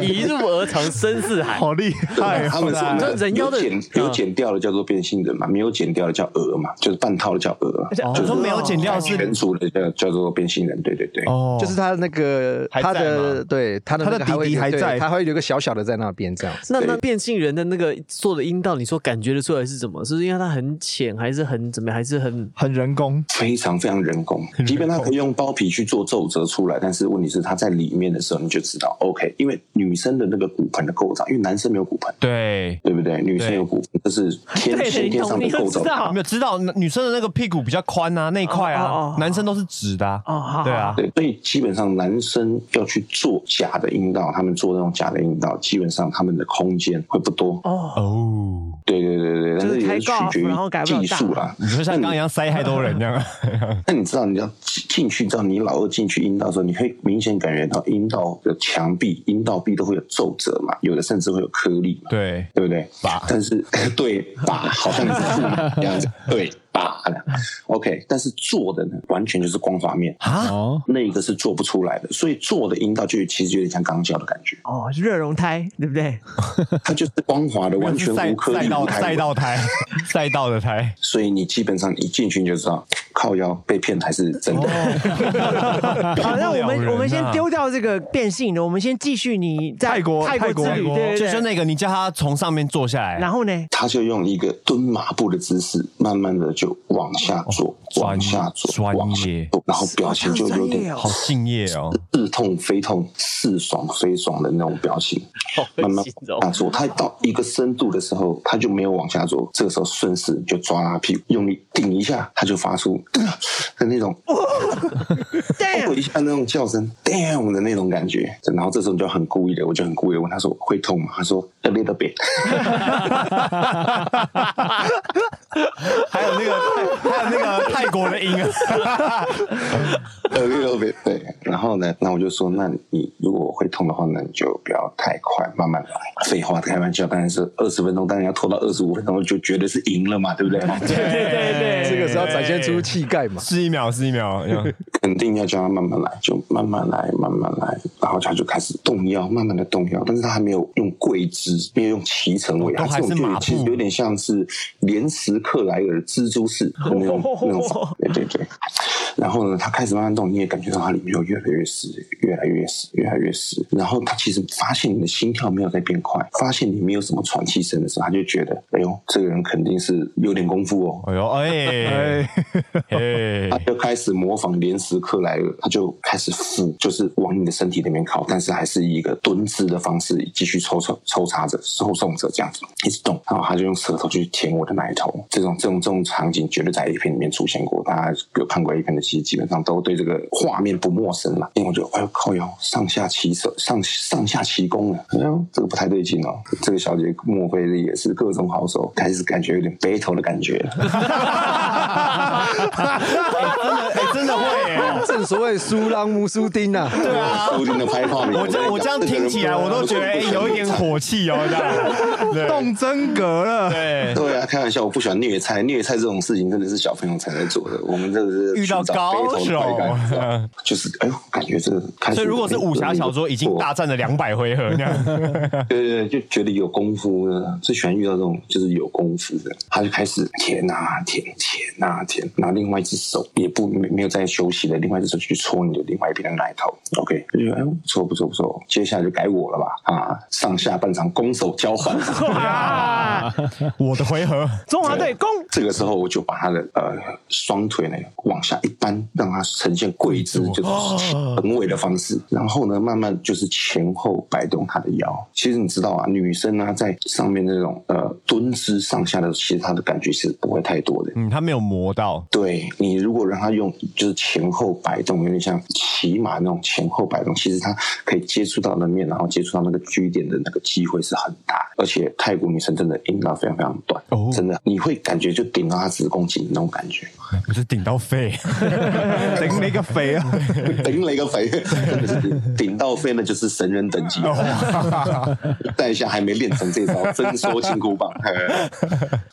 [SPEAKER 6] 一入鹅肠深似海。
[SPEAKER 8] 好厉害
[SPEAKER 3] 他们
[SPEAKER 8] 哦！
[SPEAKER 3] 是
[SPEAKER 6] 那
[SPEAKER 3] 那
[SPEAKER 6] 人妖的
[SPEAKER 3] 有剪有剪掉的叫做变性人嘛，没有剪掉的叫鹅嘛，就是半套的叫鹅
[SPEAKER 8] 嗯
[SPEAKER 3] 啊，
[SPEAKER 9] 我说没有剪掉是
[SPEAKER 3] 全除的叫叫做变性人。对对对，
[SPEAKER 9] 哦，
[SPEAKER 2] 就是他那个
[SPEAKER 9] 还
[SPEAKER 2] 他
[SPEAKER 9] 在
[SPEAKER 2] 的
[SPEAKER 9] 吗
[SPEAKER 2] 对他的
[SPEAKER 9] 他的
[SPEAKER 2] 那个会
[SPEAKER 9] 弟弟还
[SPEAKER 2] 对
[SPEAKER 9] 在
[SPEAKER 2] 他会留个小小的在那边 这样子。
[SPEAKER 6] 那那变性人的那个做的阴道，你说感觉得出来是怎么？是因为它很浅，还是很怎么样？还是很
[SPEAKER 8] 很人工，
[SPEAKER 3] 非常非常人工，即便它可以用包皮去做皱褶出来，但是问题是它在里面的时候，你就知道 OK，因为女生的那个骨盆的构造，因为男生没有骨盆，
[SPEAKER 9] 对。
[SPEAKER 3] 对不对？女生
[SPEAKER 9] 对
[SPEAKER 3] 有骨盆，这是天
[SPEAKER 1] 对，
[SPEAKER 3] 先
[SPEAKER 1] 你
[SPEAKER 3] 天上
[SPEAKER 1] 懂，
[SPEAKER 3] 的
[SPEAKER 1] 你
[SPEAKER 3] 构
[SPEAKER 1] 就
[SPEAKER 3] 造
[SPEAKER 1] 知。道
[SPEAKER 9] 没。有知道女生的那个屁股比较宽啊，那一块
[SPEAKER 1] 哦哦
[SPEAKER 9] 啊
[SPEAKER 1] 哦，
[SPEAKER 9] 男生都是直的啊，
[SPEAKER 1] 哦，好，
[SPEAKER 9] 对啊，
[SPEAKER 3] 对，所以基本上男生要去做假的阴道，他们做那种假的阴道，基本上他们的空间会不多。
[SPEAKER 1] 哦，
[SPEAKER 9] 哦，
[SPEAKER 3] 对对对对，但
[SPEAKER 1] 就是是
[SPEAKER 3] 也
[SPEAKER 1] 开
[SPEAKER 3] 是取
[SPEAKER 1] golf，
[SPEAKER 3] 决
[SPEAKER 1] 然后改
[SPEAKER 3] 于
[SPEAKER 1] 不了
[SPEAKER 3] 技术啦。
[SPEAKER 9] 你说像刚刚一样塞太多人这样，
[SPEAKER 3] 那你知道，你要进去，知道你老二进去阴道的时候，你可以明显感觉到阴道的墙壁、阴道壁都会有皱褶嘛，有的甚至会有颗粒嘛。
[SPEAKER 9] 对，
[SPEAKER 3] 对不对？
[SPEAKER 9] 爸
[SPEAKER 3] 但是 对爸好像是父母这样子，对爸的 OK，但是做的呢，完全就是光滑面，
[SPEAKER 5] 哦，
[SPEAKER 3] 那一个是做不出来的，所以做的阴道就其实有点像钢胶的感觉，
[SPEAKER 1] 哦，热熔胎，对不对？
[SPEAKER 3] 它就是光滑的，完全
[SPEAKER 9] 赛
[SPEAKER 3] 无颗
[SPEAKER 9] 赛
[SPEAKER 3] 粒
[SPEAKER 9] 道
[SPEAKER 3] 无
[SPEAKER 9] 赛
[SPEAKER 3] 胎
[SPEAKER 9] 道胎 赛道的胎，
[SPEAKER 3] 所以你基本上一进去你就知道靠腰被骗还是真的。
[SPEAKER 9] 哦
[SPEAKER 1] 好，那我
[SPEAKER 9] 不了人
[SPEAKER 1] 们
[SPEAKER 9] 啊
[SPEAKER 1] 我们先丢掉这个变性的，我们先继续你在
[SPEAKER 8] 泰国
[SPEAKER 1] 泰
[SPEAKER 8] 泰
[SPEAKER 1] 国
[SPEAKER 8] 国
[SPEAKER 1] 之旅，
[SPEAKER 8] 泰国
[SPEAKER 1] 对
[SPEAKER 9] 哦就
[SPEAKER 1] 对对。
[SPEAKER 9] 就那个你叫他从上面坐下
[SPEAKER 1] 然
[SPEAKER 9] 来，
[SPEAKER 1] 后呢？
[SPEAKER 3] 他就用一个蹲马步的姿势，慢慢的就往下坐，
[SPEAKER 9] 专
[SPEAKER 3] 往下坐，
[SPEAKER 9] 专业
[SPEAKER 3] 往下坐，然后表情就有点
[SPEAKER 1] 哦
[SPEAKER 9] 好敬业哦，
[SPEAKER 3] 似痛非痛，似爽非爽的那种表情，
[SPEAKER 6] 好恶
[SPEAKER 3] 慢慢
[SPEAKER 6] 心
[SPEAKER 3] 往下
[SPEAKER 6] 哦！
[SPEAKER 3] 做。他到一个深度的时候，他就没有往下做，这个时候顺势就抓他屁股，用力顶一下，他就发出呃的那种
[SPEAKER 1] 对
[SPEAKER 3] 哦，一下那种叫声 damn 的那种感觉。然后这时候你就很故意的，我就很故意的问他说会痛吗？他说 a little bit。
[SPEAKER 9] 还有那个还有那个泰国的音啊，
[SPEAKER 3] 呃，六倍对。然后呢，那我就说，那你如果会痛的话，那你就不要太快，慢慢来。废话，开玩笑，当然是二十分钟，当然要拖到二十五分钟，就觉得是赢了嘛，对不对？
[SPEAKER 1] 对对
[SPEAKER 2] 这
[SPEAKER 1] 对，
[SPEAKER 2] 个是要展现出气概 嘛？
[SPEAKER 9] 是一秒是一秒，这样
[SPEAKER 3] 肯定要叫他慢慢来，就慢慢来，慢慢来。然后他就开始动摇，慢慢的动摇，但是他还没有用跪姿，没有用骑乘位，
[SPEAKER 9] 哦都还
[SPEAKER 3] 这
[SPEAKER 9] 是
[SPEAKER 3] 种就
[SPEAKER 9] 马步
[SPEAKER 3] 其实有点像是连石克莱尔蜘蛛 式的那种那种法，对对对。然后呢，它开始慢慢动，你也感觉到它里面有越来越湿，越来越湿，越来越湿。然后它其实发现你的心跳没有在变快，发现你没有什么喘气声的时候，他就觉得，哎呦，这个人肯定是有点功夫哦。
[SPEAKER 9] 哎呦哎
[SPEAKER 3] 他
[SPEAKER 9] 哎，
[SPEAKER 3] 就开始模仿连石克莱尔，他就开始俯，就是往你的身体那边靠，但是还是以一个蹲姿的方式继续抽抽抽插着、抽送着这样子一直动，然后他就用舌头去舔我的奶头，这种这种这种场景绝对在 A 片里面出现过，大家有看过 A 片的，其实基本上都对这个画面不陌生了。因为我就哎呦靠腰，上下齐手，上上下齐攻了，哎呦这个不太对劲哦，这个小姐莫非也是各种好手，开始感觉有点 battle 的感觉了。
[SPEAKER 9] 哎真的会耶。
[SPEAKER 2] 正所谓苏朗姆苏丁啊，
[SPEAKER 3] 对
[SPEAKER 9] 啊
[SPEAKER 3] 固定的拍泡面。
[SPEAKER 9] 我这我这样听起 来，我都觉得哎、有一点。火气哦，这样。对
[SPEAKER 8] 动真格了。
[SPEAKER 9] 对，
[SPEAKER 3] 对啊，开玩笑，我不喜欢虐菜，虐菜这种事情真的是小朋友才能做的。我们这个是
[SPEAKER 9] 遇到
[SPEAKER 3] 寻找
[SPEAKER 9] 高
[SPEAKER 3] 非同的快感你知道吗
[SPEAKER 9] 手，
[SPEAKER 3] 就是哎呦，感觉这个开始。
[SPEAKER 9] 所以如果是武侠小说，已经大战了两百回合那 样。
[SPEAKER 3] 对对对，就觉得有功夫的，最喜欢遇到这种就是有功夫的，他就开始舔啊舔舔啊舔，然后另外一只手也不没没有在休息的，另外一只手就去戳你的另外一边的奶头，OK，就觉得哎呦不错不错不错，接下来就该我了吧啊，上下半场攻守交换。
[SPEAKER 1] 哇！
[SPEAKER 9] 我的回合，
[SPEAKER 1] 啊中华队攻，
[SPEAKER 3] 这个时候我就把他的呃双腿呢往下一扳，让他呈现跪姿，就是横位的方式。然后呢，慢慢就是前后摆动他的腰。其实你知道啊，女生呢、在上面那种呃蹲姿上下的，其实她的感觉是不会太多的。
[SPEAKER 9] 嗯，他没有磨到，
[SPEAKER 3] 对你如果让她用就是前后后摆动，有点像骑马那种前后摆动。其实它可以接触到的面，然后接触到那个据点的那个机会是很大。而且泰国女生真的阴道非常非常短，
[SPEAKER 9] 哦
[SPEAKER 3] 真的你会感觉就顶到她子宫颈那种感觉，
[SPEAKER 9] 我是顶到肺，顶你个肺啊！
[SPEAKER 3] 顶了一个肥，真的是顶顶到肺，那就是神人等级。带一下还没练成这招伸缩金箍棒。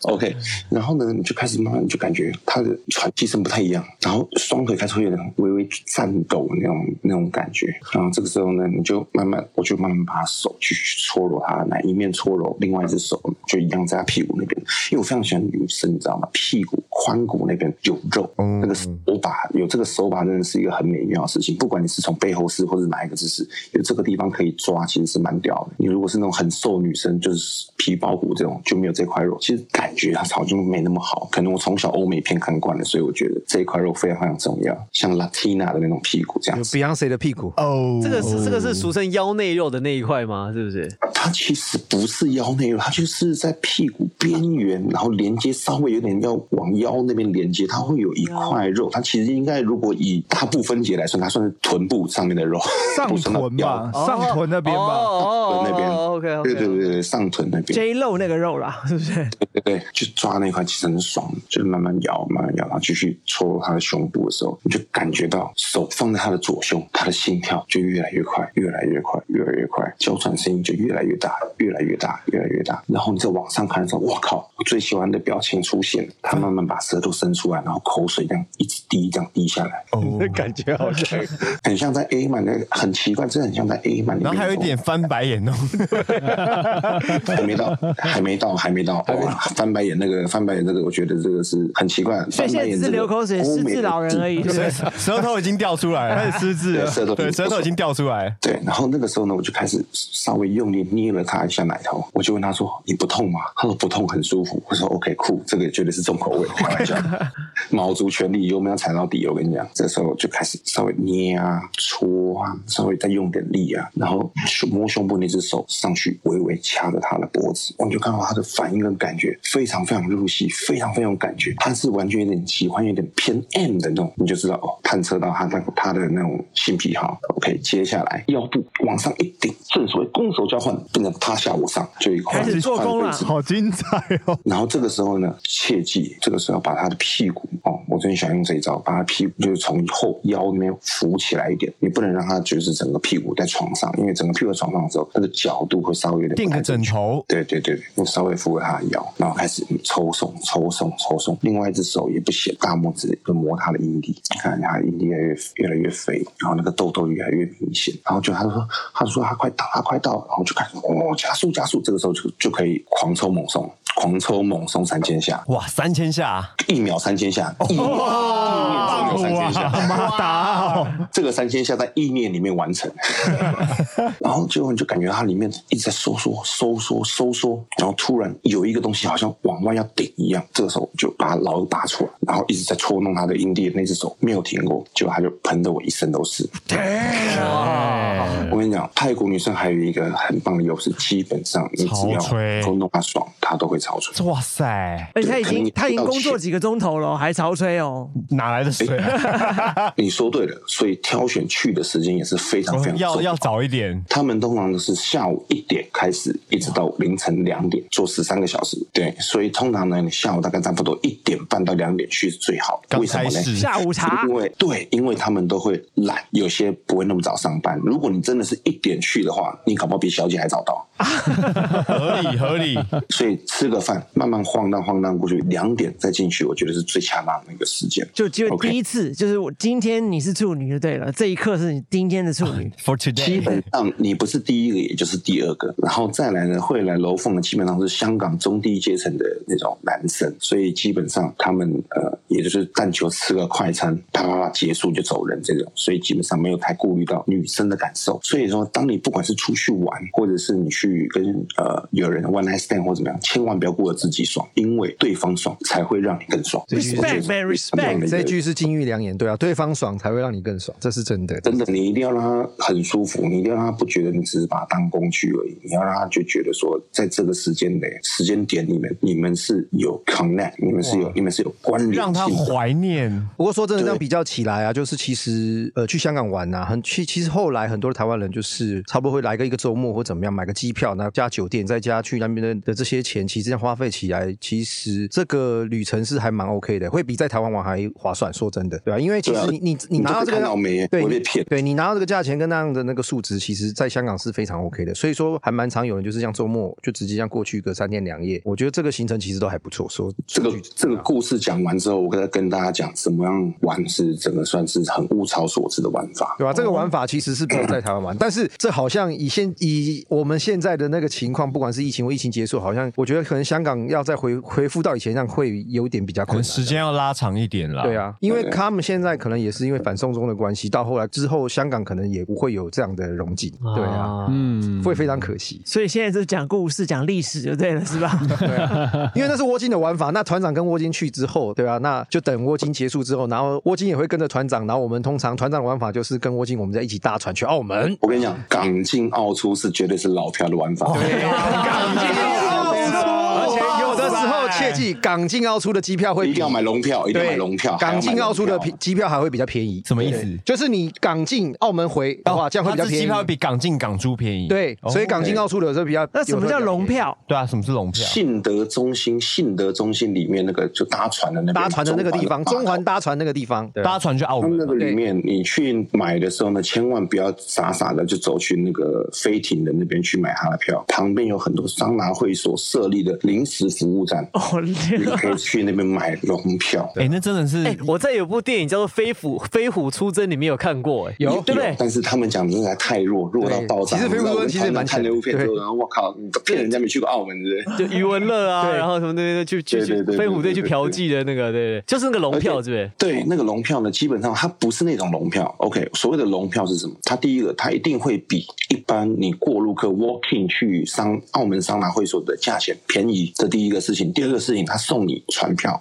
[SPEAKER 3] OK，然后呢，你就开始慢慢你就感觉他的喘气声不太一样，然后双腿开始会有点微微颤抖那种那种感觉。然后这个时候呢，你就慢慢，我就慢慢把手去搓揉他的奶，一面搓揉，另外一只手就一样在他屁股那边，因为我非常喜欢女生，你知道吗？屁股髋骨那边有肉，
[SPEAKER 9] 嗯
[SPEAKER 3] 那个手把有这个手把真的是一个很美妙的事情。不管你是从背后式或是哪一个姿势，有这个地方可以抓，其实是蛮屌的。你如果是那种很瘦的女生，就是皮包骨这种，就没有这块肉，其实感觉它好像没那么好。可能我从小欧美片看惯了，所以我觉得这一块肉非常非常重要，像 Latina 的那种屁股这 样
[SPEAKER 2] 有
[SPEAKER 3] 子。
[SPEAKER 2] Beyonce 的屁股，
[SPEAKER 9] 哦，
[SPEAKER 6] 这个是这个是俗称腰内肉的那一块吗？是不是？
[SPEAKER 3] 它其实不是腰内肉，它就是在屁股边缘，然后连接稍微有点要往腰那边连接，它会有一块肉。它其实应该如果以大部分节来算，它算是臀部上面的肉，
[SPEAKER 8] 上
[SPEAKER 3] 不算到
[SPEAKER 8] 臀
[SPEAKER 3] 腰
[SPEAKER 8] 吧，上臀那边吧，
[SPEAKER 6] 哦
[SPEAKER 3] 那边
[SPEAKER 6] ，OK OK，
[SPEAKER 3] 对对对对，上臀那边，
[SPEAKER 1] J 露那个肉啦，是不是？
[SPEAKER 3] 对对，就抓那块其实很爽，就是慢慢摇，慢慢摇，然后继续搓他的胸部的时候，你就感觉到手放在他的左胸，他的心跳就越来越快，越来越快，越来越快，娇喘声音就越来越大，越来越大，越来越大。然后你再往上看的时候，哇靠，我最喜欢的表情出现了，他慢慢把舌头伸出来，然后口水这样一直滴，这样滴下来，
[SPEAKER 9] 哦
[SPEAKER 2] 那 感觉好像
[SPEAKER 3] 很像在 A 漫的，很奇怪，真的很像在 A 漫里面。
[SPEAKER 9] 然后还有一点翻白眼哦，
[SPEAKER 3] 还没到，还没到，还没到。哇，翻白眼那个，翻白眼那个，我觉得这个是很奇怪。
[SPEAKER 1] 所以
[SPEAKER 3] 翻
[SPEAKER 1] 现
[SPEAKER 3] 白
[SPEAKER 1] 在
[SPEAKER 3] 眼
[SPEAKER 1] 只是
[SPEAKER 3] 这个
[SPEAKER 1] 流口水，
[SPEAKER 3] 欧
[SPEAKER 1] 失
[SPEAKER 3] 美
[SPEAKER 1] 智
[SPEAKER 3] 的
[SPEAKER 1] 老人而已，是不是？
[SPEAKER 9] 舌头已经掉出来
[SPEAKER 8] 开
[SPEAKER 9] 了，
[SPEAKER 8] 始失智
[SPEAKER 3] 对
[SPEAKER 8] 了。
[SPEAKER 3] 舌头
[SPEAKER 9] 对，舌头已经掉出来，
[SPEAKER 3] 对，然后那个时候呢，我就开始稍微用力捏了他一下奶头，我就问他说：“你不痛吗？”他说：“不痛，很舒服。”我说：“OK，酷，这个绝对是重口味，开玩笑，卯足全力，油门要踩到底。”我跟你讲，这时候就开始稍微捏啊、搓啊，稍微再用点力啊，然后胸摸胸部那只手上去，微微掐着他的脖子，我就看到他的反应跟感觉非常非常入戏，非常非常有感觉，他是完全有点喜欢，有点偏 M 的那种，你就知道哦，探测到他那个他的那种性癖好。OK，接下来腰部往上一顶，正所谓攻手交换，变成趴下我上，就一块
[SPEAKER 1] 开始做工了
[SPEAKER 8] 好精彩哦！
[SPEAKER 3] 然后这个时候呢，切记这个时候把他的屁股哦，我最近想用这一招，把他屁股就是从后腰那边扶起来一点，你不能让他就是整个屁股在床上，因为整个屁股在床上的时候，那个角度会稍微有点
[SPEAKER 9] 垫
[SPEAKER 3] 不
[SPEAKER 9] 个
[SPEAKER 3] 太正
[SPEAKER 9] 枕
[SPEAKER 3] 确
[SPEAKER 9] 头，
[SPEAKER 3] 对对对，我稍微扶着他的腰，然后开始抽送、抽送、抽送，另外一只手也不写，大拇指就摸他的阴蒂，看他的阴蒂越来越越来越肥，然后那个痘痘越来越明显，然后就他说他说他快到，他快到，然后就开始哦加速加速，这个时候就就可以狂抽猛送，狂抽猛送三千下，
[SPEAKER 9] 哇，三千下，
[SPEAKER 3] 一秒三千下，一秒一秒三千下，
[SPEAKER 9] 啊
[SPEAKER 8] 马达哦，
[SPEAKER 3] 这个三千下在意念里面完 成，然后最后你就感觉它里面一直在收缩、收缩、收缩，然后突然有一个东西好像往外要顶一样，这个时候就把老二拔出来，然后一直在戳弄他的阴蒂，那只手没有停过，结果他就喷的我一身都是。我跟你讲，泰国女生还有一个很棒的优势，基本上你只要
[SPEAKER 9] 潮吹
[SPEAKER 3] 戳弄她爽，她都会潮吹。
[SPEAKER 9] 哇塞，
[SPEAKER 1] 而且他已
[SPEAKER 3] 可能
[SPEAKER 1] 经
[SPEAKER 3] 你
[SPEAKER 1] 他已经工作几个钟头了哦，还潮吹哦。
[SPEAKER 9] 哪来的水啊？
[SPEAKER 3] 你说对了，所以挑选去的时间也是非常非常重
[SPEAKER 9] 哦要要早一点，
[SPEAKER 3] 他们通常都是下午一点开始，一直到凌晨两点，做十三个小时。对，所以通常呢，你下午大概差不多一点半到两点去是最好的。
[SPEAKER 9] 刚
[SPEAKER 3] 为什么
[SPEAKER 9] 开
[SPEAKER 3] 呢？
[SPEAKER 9] 始
[SPEAKER 1] 下午茶
[SPEAKER 3] 因为对，因为他们都会懒，有些不会那么早上班。如果你真的是一点去的话，你搞不好比小姐还早到。
[SPEAKER 9] 合理 合理，
[SPEAKER 3] 所以吃个饭，慢慢晃荡晃荡过去，两点再进去，我觉得是最恰当的一个时间。
[SPEAKER 1] 就就
[SPEAKER 3] OK
[SPEAKER 1] 第一次就是我今天你是处女就对了，这一刻是你今天的处女。
[SPEAKER 3] 哎
[SPEAKER 9] for
[SPEAKER 3] 基
[SPEAKER 9] today，
[SPEAKER 3] 本上你不是第一个，也就是第二个，然后再来呢，会来楼凤的基本上是香港中低阶层的那种男生，所以基本上他们呃，也就是但求吃个快餐，啪啪啪结束就走人这种，所以基本上没有太顾虑到女生的感受。所以说，当你不管是出去玩，或者是你去跟呃有人 one night stand 或怎么样，千万不要。要过得自己爽，因为对方爽才会让你更爽。
[SPEAKER 2] 这句
[SPEAKER 3] 我觉得
[SPEAKER 1] Respect, man,。
[SPEAKER 3] 是这样的一个
[SPEAKER 2] 这句是金玉良言，对啊，对方爽才会让你更爽，这是真的。
[SPEAKER 3] 真的，你一定要让他很舒服，你一定要让他不觉得你只是把他当工具而已，你要让他就觉得说，在这个时间内、时间点里面，你们是有 connect，你们是有你们是有关联
[SPEAKER 9] 让他
[SPEAKER 3] 性的
[SPEAKER 9] 怀念。
[SPEAKER 2] 不过说真的，这样比较起来啊，就是其实呃去香港玩啊，很去其实后来很多的台湾人就是差不多会来个一个周末或怎么样，买个机票，然后加酒店，再加去那边的的这些钱，其实这样花费起来，其实这个旅程是还蛮 OK 的，会比在台湾玩还划算。说真的，对吧、因为其实
[SPEAKER 3] 对啊
[SPEAKER 2] 你、你你
[SPEAKER 3] 你
[SPEAKER 2] 拿到
[SPEAKER 3] 就
[SPEAKER 2] 这
[SPEAKER 3] 可以
[SPEAKER 2] 个
[SPEAKER 3] 看到没
[SPEAKER 2] 对
[SPEAKER 3] 不会
[SPEAKER 2] 你
[SPEAKER 3] 被骗
[SPEAKER 2] 对你拿到这个价钱跟那样的那个数值，其实在香港是非常 OK 的。所以说还蛮常有人就是像周末就直接这样过去个三天两夜，我觉得这个行程其实都还不错。说
[SPEAKER 3] 这个
[SPEAKER 2] 说句
[SPEAKER 3] 这个故事讲完之后，我跟跟大家讲怎么样玩是整个算是很物超所值的玩法。
[SPEAKER 2] 对吧、这个玩法其实是不能在台湾玩，但是这好像以现以我们现在的那个情况，不管是疫情或疫情结束，好像我觉得可能香港要再回恢复到以前那样，会有点比较
[SPEAKER 9] 可
[SPEAKER 2] 困
[SPEAKER 9] 能
[SPEAKER 2] 难。
[SPEAKER 9] 时间要拉长一点啦。
[SPEAKER 2] 对，啊，因为他们现在可能也是因为反送中的关系，到后来之后，香港可能也不会有这样的融景，对啊，
[SPEAKER 5] 嗯，
[SPEAKER 2] 会非常可惜
[SPEAKER 1] 所以现在就是讲故事、讲历史就对了，是吧？
[SPEAKER 2] 对啊，因为那是窝金的玩法。那团长跟窝金去之后，对啊，那就等窝金结束之后，然后窝金也会跟着团长，然后我们通常团长的玩法就是跟窝金我们在一起搭船去澳门。
[SPEAKER 3] 我跟你 讲，港进澳出是绝对是老票的玩法。
[SPEAKER 2] 而且有的时候切记，港进澳出的机票会比
[SPEAKER 3] 一定要买龙票一定要买
[SPEAKER 2] 对
[SPEAKER 3] 龙票还要
[SPEAKER 2] 港
[SPEAKER 3] 买
[SPEAKER 2] 进
[SPEAKER 3] 龙
[SPEAKER 2] 澳出的
[SPEAKER 3] 票
[SPEAKER 2] 机票还会比较便宜。
[SPEAKER 9] 什么意思哦
[SPEAKER 2] 对就是你港进澳门回的话，这样会比较
[SPEAKER 9] 它这
[SPEAKER 2] 便
[SPEAKER 9] 机票
[SPEAKER 2] 宜。
[SPEAKER 9] 比港进港珠便宜。
[SPEAKER 2] 对，
[SPEAKER 9] 哦
[SPEAKER 2] 所以港进澳出的时候比较。
[SPEAKER 1] 那什么叫龙？票？
[SPEAKER 9] 对啊，什么是龙票？
[SPEAKER 3] 信德中心，信德中心里面那个就搭船的那边
[SPEAKER 2] 搭船的那个地方，中环
[SPEAKER 3] 搭。
[SPEAKER 2] 搭船那个地方，对
[SPEAKER 9] 搭船去澳
[SPEAKER 3] 他们那
[SPEAKER 9] 门
[SPEAKER 3] 个里面，你去买的时候呢，千万不要傻傻的就走去那个飞艇的那边去买他的票，旁边有很多桑拿会所设立的临时服 务站，
[SPEAKER 1] 哦，
[SPEAKER 3] 你可以去那边买龙票。
[SPEAKER 9] 哎、那真的是、
[SPEAKER 6] 哎、我在有部电影叫做《飞虎飞虎出征》里面有看过、哎，
[SPEAKER 2] 有
[SPEAKER 6] 对不对？
[SPEAKER 3] 但是他们讲的实在太弱，弱到爆炸。
[SPEAKER 2] 对其实
[SPEAKER 3] 你知道
[SPEAKER 2] 飞
[SPEAKER 3] 我
[SPEAKER 2] 虎
[SPEAKER 3] 们
[SPEAKER 2] 其实也蛮强
[SPEAKER 3] 看
[SPEAKER 2] 的
[SPEAKER 3] 那部片之后，
[SPEAKER 2] 对
[SPEAKER 3] 然后我靠，你骗人家没去过澳门对不对？
[SPEAKER 6] 就 余文乐啊，
[SPEAKER 2] 对
[SPEAKER 6] 然后什么那边去去
[SPEAKER 3] 对
[SPEAKER 6] 去
[SPEAKER 3] 对对对
[SPEAKER 6] 飞虎队
[SPEAKER 3] 对
[SPEAKER 6] 去
[SPEAKER 3] 对
[SPEAKER 6] 嫖妓的那个，对对，就是那个龙票，
[SPEAKER 3] 而且
[SPEAKER 6] 是不是？
[SPEAKER 3] 对，那个龙票呢，基本上它不是那种龙票。OK，所谓的龙票是什么？它第一个，它一定会比一般你过路客 walking 去商澳门商拿会所的价钱便宜，这第一个事情。第二个事情，它送你船票，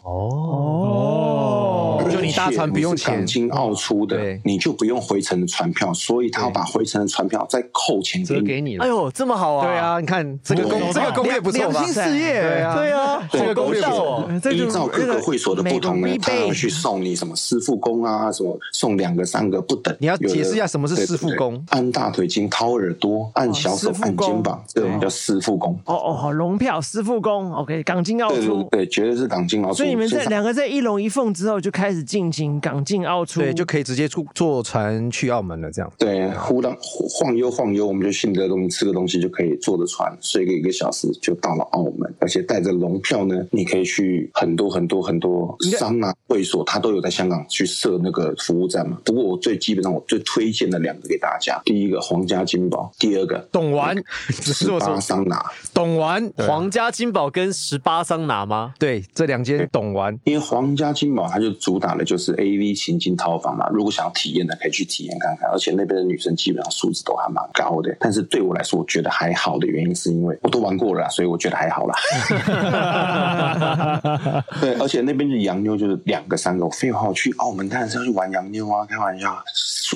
[SPEAKER 1] 哦，
[SPEAKER 2] 就你搭船不用钱哦
[SPEAKER 3] 而且你是港金澳出的
[SPEAKER 2] 对，
[SPEAKER 3] 你就不用回程的船票，所以他要把回程的船票再扣钱给
[SPEAKER 2] 折
[SPEAKER 3] 你。
[SPEAKER 2] 给你了
[SPEAKER 6] 哎。呦，这么好啊！
[SPEAKER 2] 对，啊，你看这个
[SPEAKER 3] 我
[SPEAKER 2] 攻
[SPEAKER 3] 懂
[SPEAKER 2] 这个攻略不错吧
[SPEAKER 1] 良？心事业，
[SPEAKER 2] 对啊，
[SPEAKER 6] 对啊，
[SPEAKER 3] 对
[SPEAKER 6] 好公道哦。
[SPEAKER 1] 这就
[SPEAKER 3] 依照各
[SPEAKER 1] 那
[SPEAKER 3] 个会所的不同呢
[SPEAKER 1] 美，国
[SPEAKER 3] 他要
[SPEAKER 1] rebate
[SPEAKER 3] 去送你什么师傅工啊，什么送两个三个不等。
[SPEAKER 2] 你要
[SPEAKER 3] 有的
[SPEAKER 2] 解释一下什么是师傅工
[SPEAKER 3] 对对对按大腿筋、掏耳朵、按小手
[SPEAKER 1] 哦师、傅
[SPEAKER 3] 按
[SPEAKER 1] 工
[SPEAKER 3] 肩膀，这种叫师傅工。
[SPEAKER 1] 哦哦，好，龙票师傅工，OK，港进澳
[SPEAKER 3] 对对
[SPEAKER 1] 出。
[SPEAKER 3] 对，绝对是港金老鼠。
[SPEAKER 1] 所以你们
[SPEAKER 3] 所
[SPEAKER 1] 在
[SPEAKER 3] 它
[SPEAKER 1] 两个在一龙一凤之后就开始进行港进澳出，
[SPEAKER 2] 对，就可以直接坐坐船去澳门了，这样。
[SPEAKER 3] 对忽然晃悠晃悠，我们就信德东西吃个东西就可以坐着船睡个一个小时就到了澳门，而且带着龙票呢，你可以去很多很多很多商啊会所，它都有在香港去设那个服务站嘛。不过我最基本上我最推荐的两个给大家，第一个皇家金宝，第二个
[SPEAKER 2] 懂玩，只是
[SPEAKER 3] 十
[SPEAKER 2] 我
[SPEAKER 3] 八
[SPEAKER 2] 说
[SPEAKER 3] 桑拿。
[SPEAKER 2] 懂玩，
[SPEAKER 6] 皇家金宝跟十八桑拿吗？
[SPEAKER 2] 对这两间懂玩，
[SPEAKER 3] 因为皇家金宝它就主打的就是 A V 情境套房嘛，如果想要体验的可以去体验看看，而且那边的女生基本上素质都还蛮高的。但是对我来说，我觉得还好的原因是因为我都玩过了啦，所以我觉得还好啦。对，而且那边的洋妞就是两个三个，我废话，我去澳门当然是要去玩洋妞啊，开玩笑。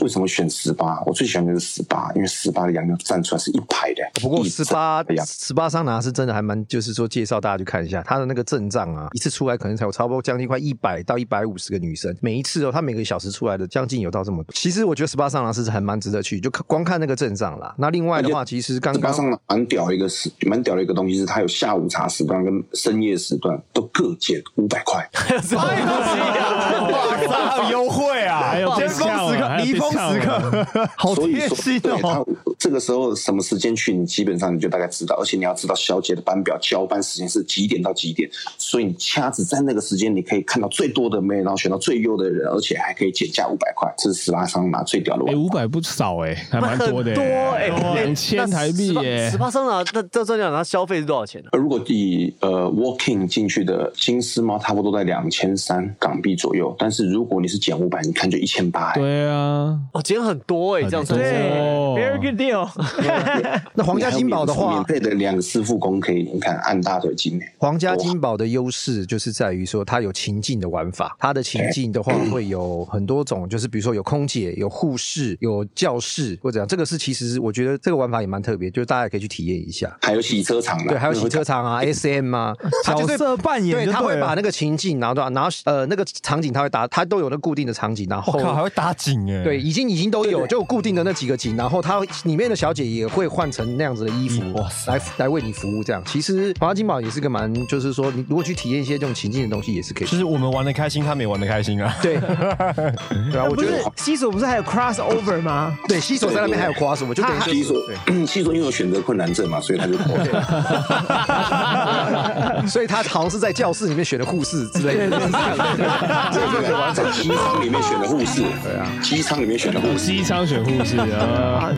[SPEAKER 3] 为什么选十八？我最喜欢就是十八，因为十八的洋妞站出来是一排的。
[SPEAKER 2] 不过
[SPEAKER 3] 一
[SPEAKER 2] 十八
[SPEAKER 3] 排的洋
[SPEAKER 2] 十八桑拿是真的还蛮，就是说介绍大家去看一下他的那个阵仗啊，一次出来可能才有差不多将近快一百到一百五十个女生，每一次哦，他每个小时出来的将近有到这么多。其实我觉得十八桑拿是还蛮值得去，就看光看那个阵仗啦。那另外的话，其实刚
[SPEAKER 3] 这巴
[SPEAKER 2] 刚
[SPEAKER 3] 上蛮屌一个是蛮屌的一个东西是，它有下午茶时段跟深夜时段都各减五百块。
[SPEAKER 9] 哇，还有优惠啊！
[SPEAKER 5] 还有
[SPEAKER 9] 尖
[SPEAKER 5] 被
[SPEAKER 9] 峰
[SPEAKER 5] 笑
[SPEAKER 9] 时刻、
[SPEAKER 5] 了
[SPEAKER 9] 离峰时刻， 好
[SPEAKER 3] 所以
[SPEAKER 9] 贴
[SPEAKER 3] 说，
[SPEAKER 9] 心
[SPEAKER 3] 对
[SPEAKER 9] 哦！
[SPEAKER 3] 他这个时候什么时间去，你基本上你就大概知道，而且你要知道小姐的班表交班时间是几点到几点，所以你掐指在那个时间，你可以看到最多的妹，然后选到最优的人，而且还可以减价五百块，这是十八商拿最屌的玩
[SPEAKER 5] 哎，
[SPEAKER 3] 法。
[SPEAKER 5] 五百不少哎，还蛮多的，
[SPEAKER 6] 很多哎，
[SPEAKER 5] 两千台币耶
[SPEAKER 6] 十，八桑拿，那这这样它消费是多少钱呢？
[SPEAKER 3] 而如果以呃 walking 进去的金丝猫，差不多在两千三港币左右，但是如果你是减五百，你看就一千八。
[SPEAKER 5] 对啊，
[SPEAKER 6] 哦，减很多哎，这样算起来
[SPEAKER 5] 很多
[SPEAKER 1] 对，very
[SPEAKER 5] 哦
[SPEAKER 1] good 有，
[SPEAKER 2] 那皇家金宝的话
[SPEAKER 3] 免，费的两个师傅工可以，你看按大腿筋。
[SPEAKER 2] 皇家金宝的优势就是在于说，它有情境的玩法。它的情境 的话，会有很多种，就是比如说有空姐、有护士、有教室或者这样。这个是其实我觉得这个玩法也蛮特别，就是大家也可以去体验一下。
[SPEAKER 3] 还有洗车场啦
[SPEAKER 2] 对，还有洗车场啊、SM 啊，它就
[SPEAKER 8] 角
[SPEAKER 2] 是
[SPEAKER 8] 色扮演
[SPEAKER 2] 对，
[SPEAKER 8] 就
[SPEAKER 2] 他会
[SPEAKER 8] 了
[SPEAKER 2] 把那个情境，然后然后呃那个场景他会打，他都有那固定的场景，然
[SPEAKER 9] 我
[SPEAKER 2] 后
[SPEAKER 3] 哦
[SPEAKER 9] 靠，还会打井哎，
[SPEAKER 2] 对，，已经已经都有，就有固定的那几个景，然后它里面的小姐也会换成那样子的衣服，
[SPEAKER 9] 哇塞
[SPEAKER 2] 来来为你服务这样。其实华金宝也是个蛮，就是说你如果去体验一些这种情境的东西，也是可以
[SPEAKER 9] 就。是我们玩的开心，他们也玩的开心啊。
[SPEAKER 2] 对，对啊，我
[SPEAKER 1] 不
[SPEAKER 2] 觉
[SPEAKER 1] 是
[SPEAKER 2] 得
[SPEAKER 1] 西索不是还有 crossover 吗？
[SPEAKER 2] 对西索在那边还有 cross，我就等于
[SPEAKER 3] 西索， 西索因为有选择困难症嘛，所以他就
[SPEAKER 2] 就，所以他好像是在教室里面选的护士之类的。
[SPEAKER 3] 在机舱里面选的护士，对啊，机舱里面选的护士。
[SPEAKER 5] 西昌选护士啊，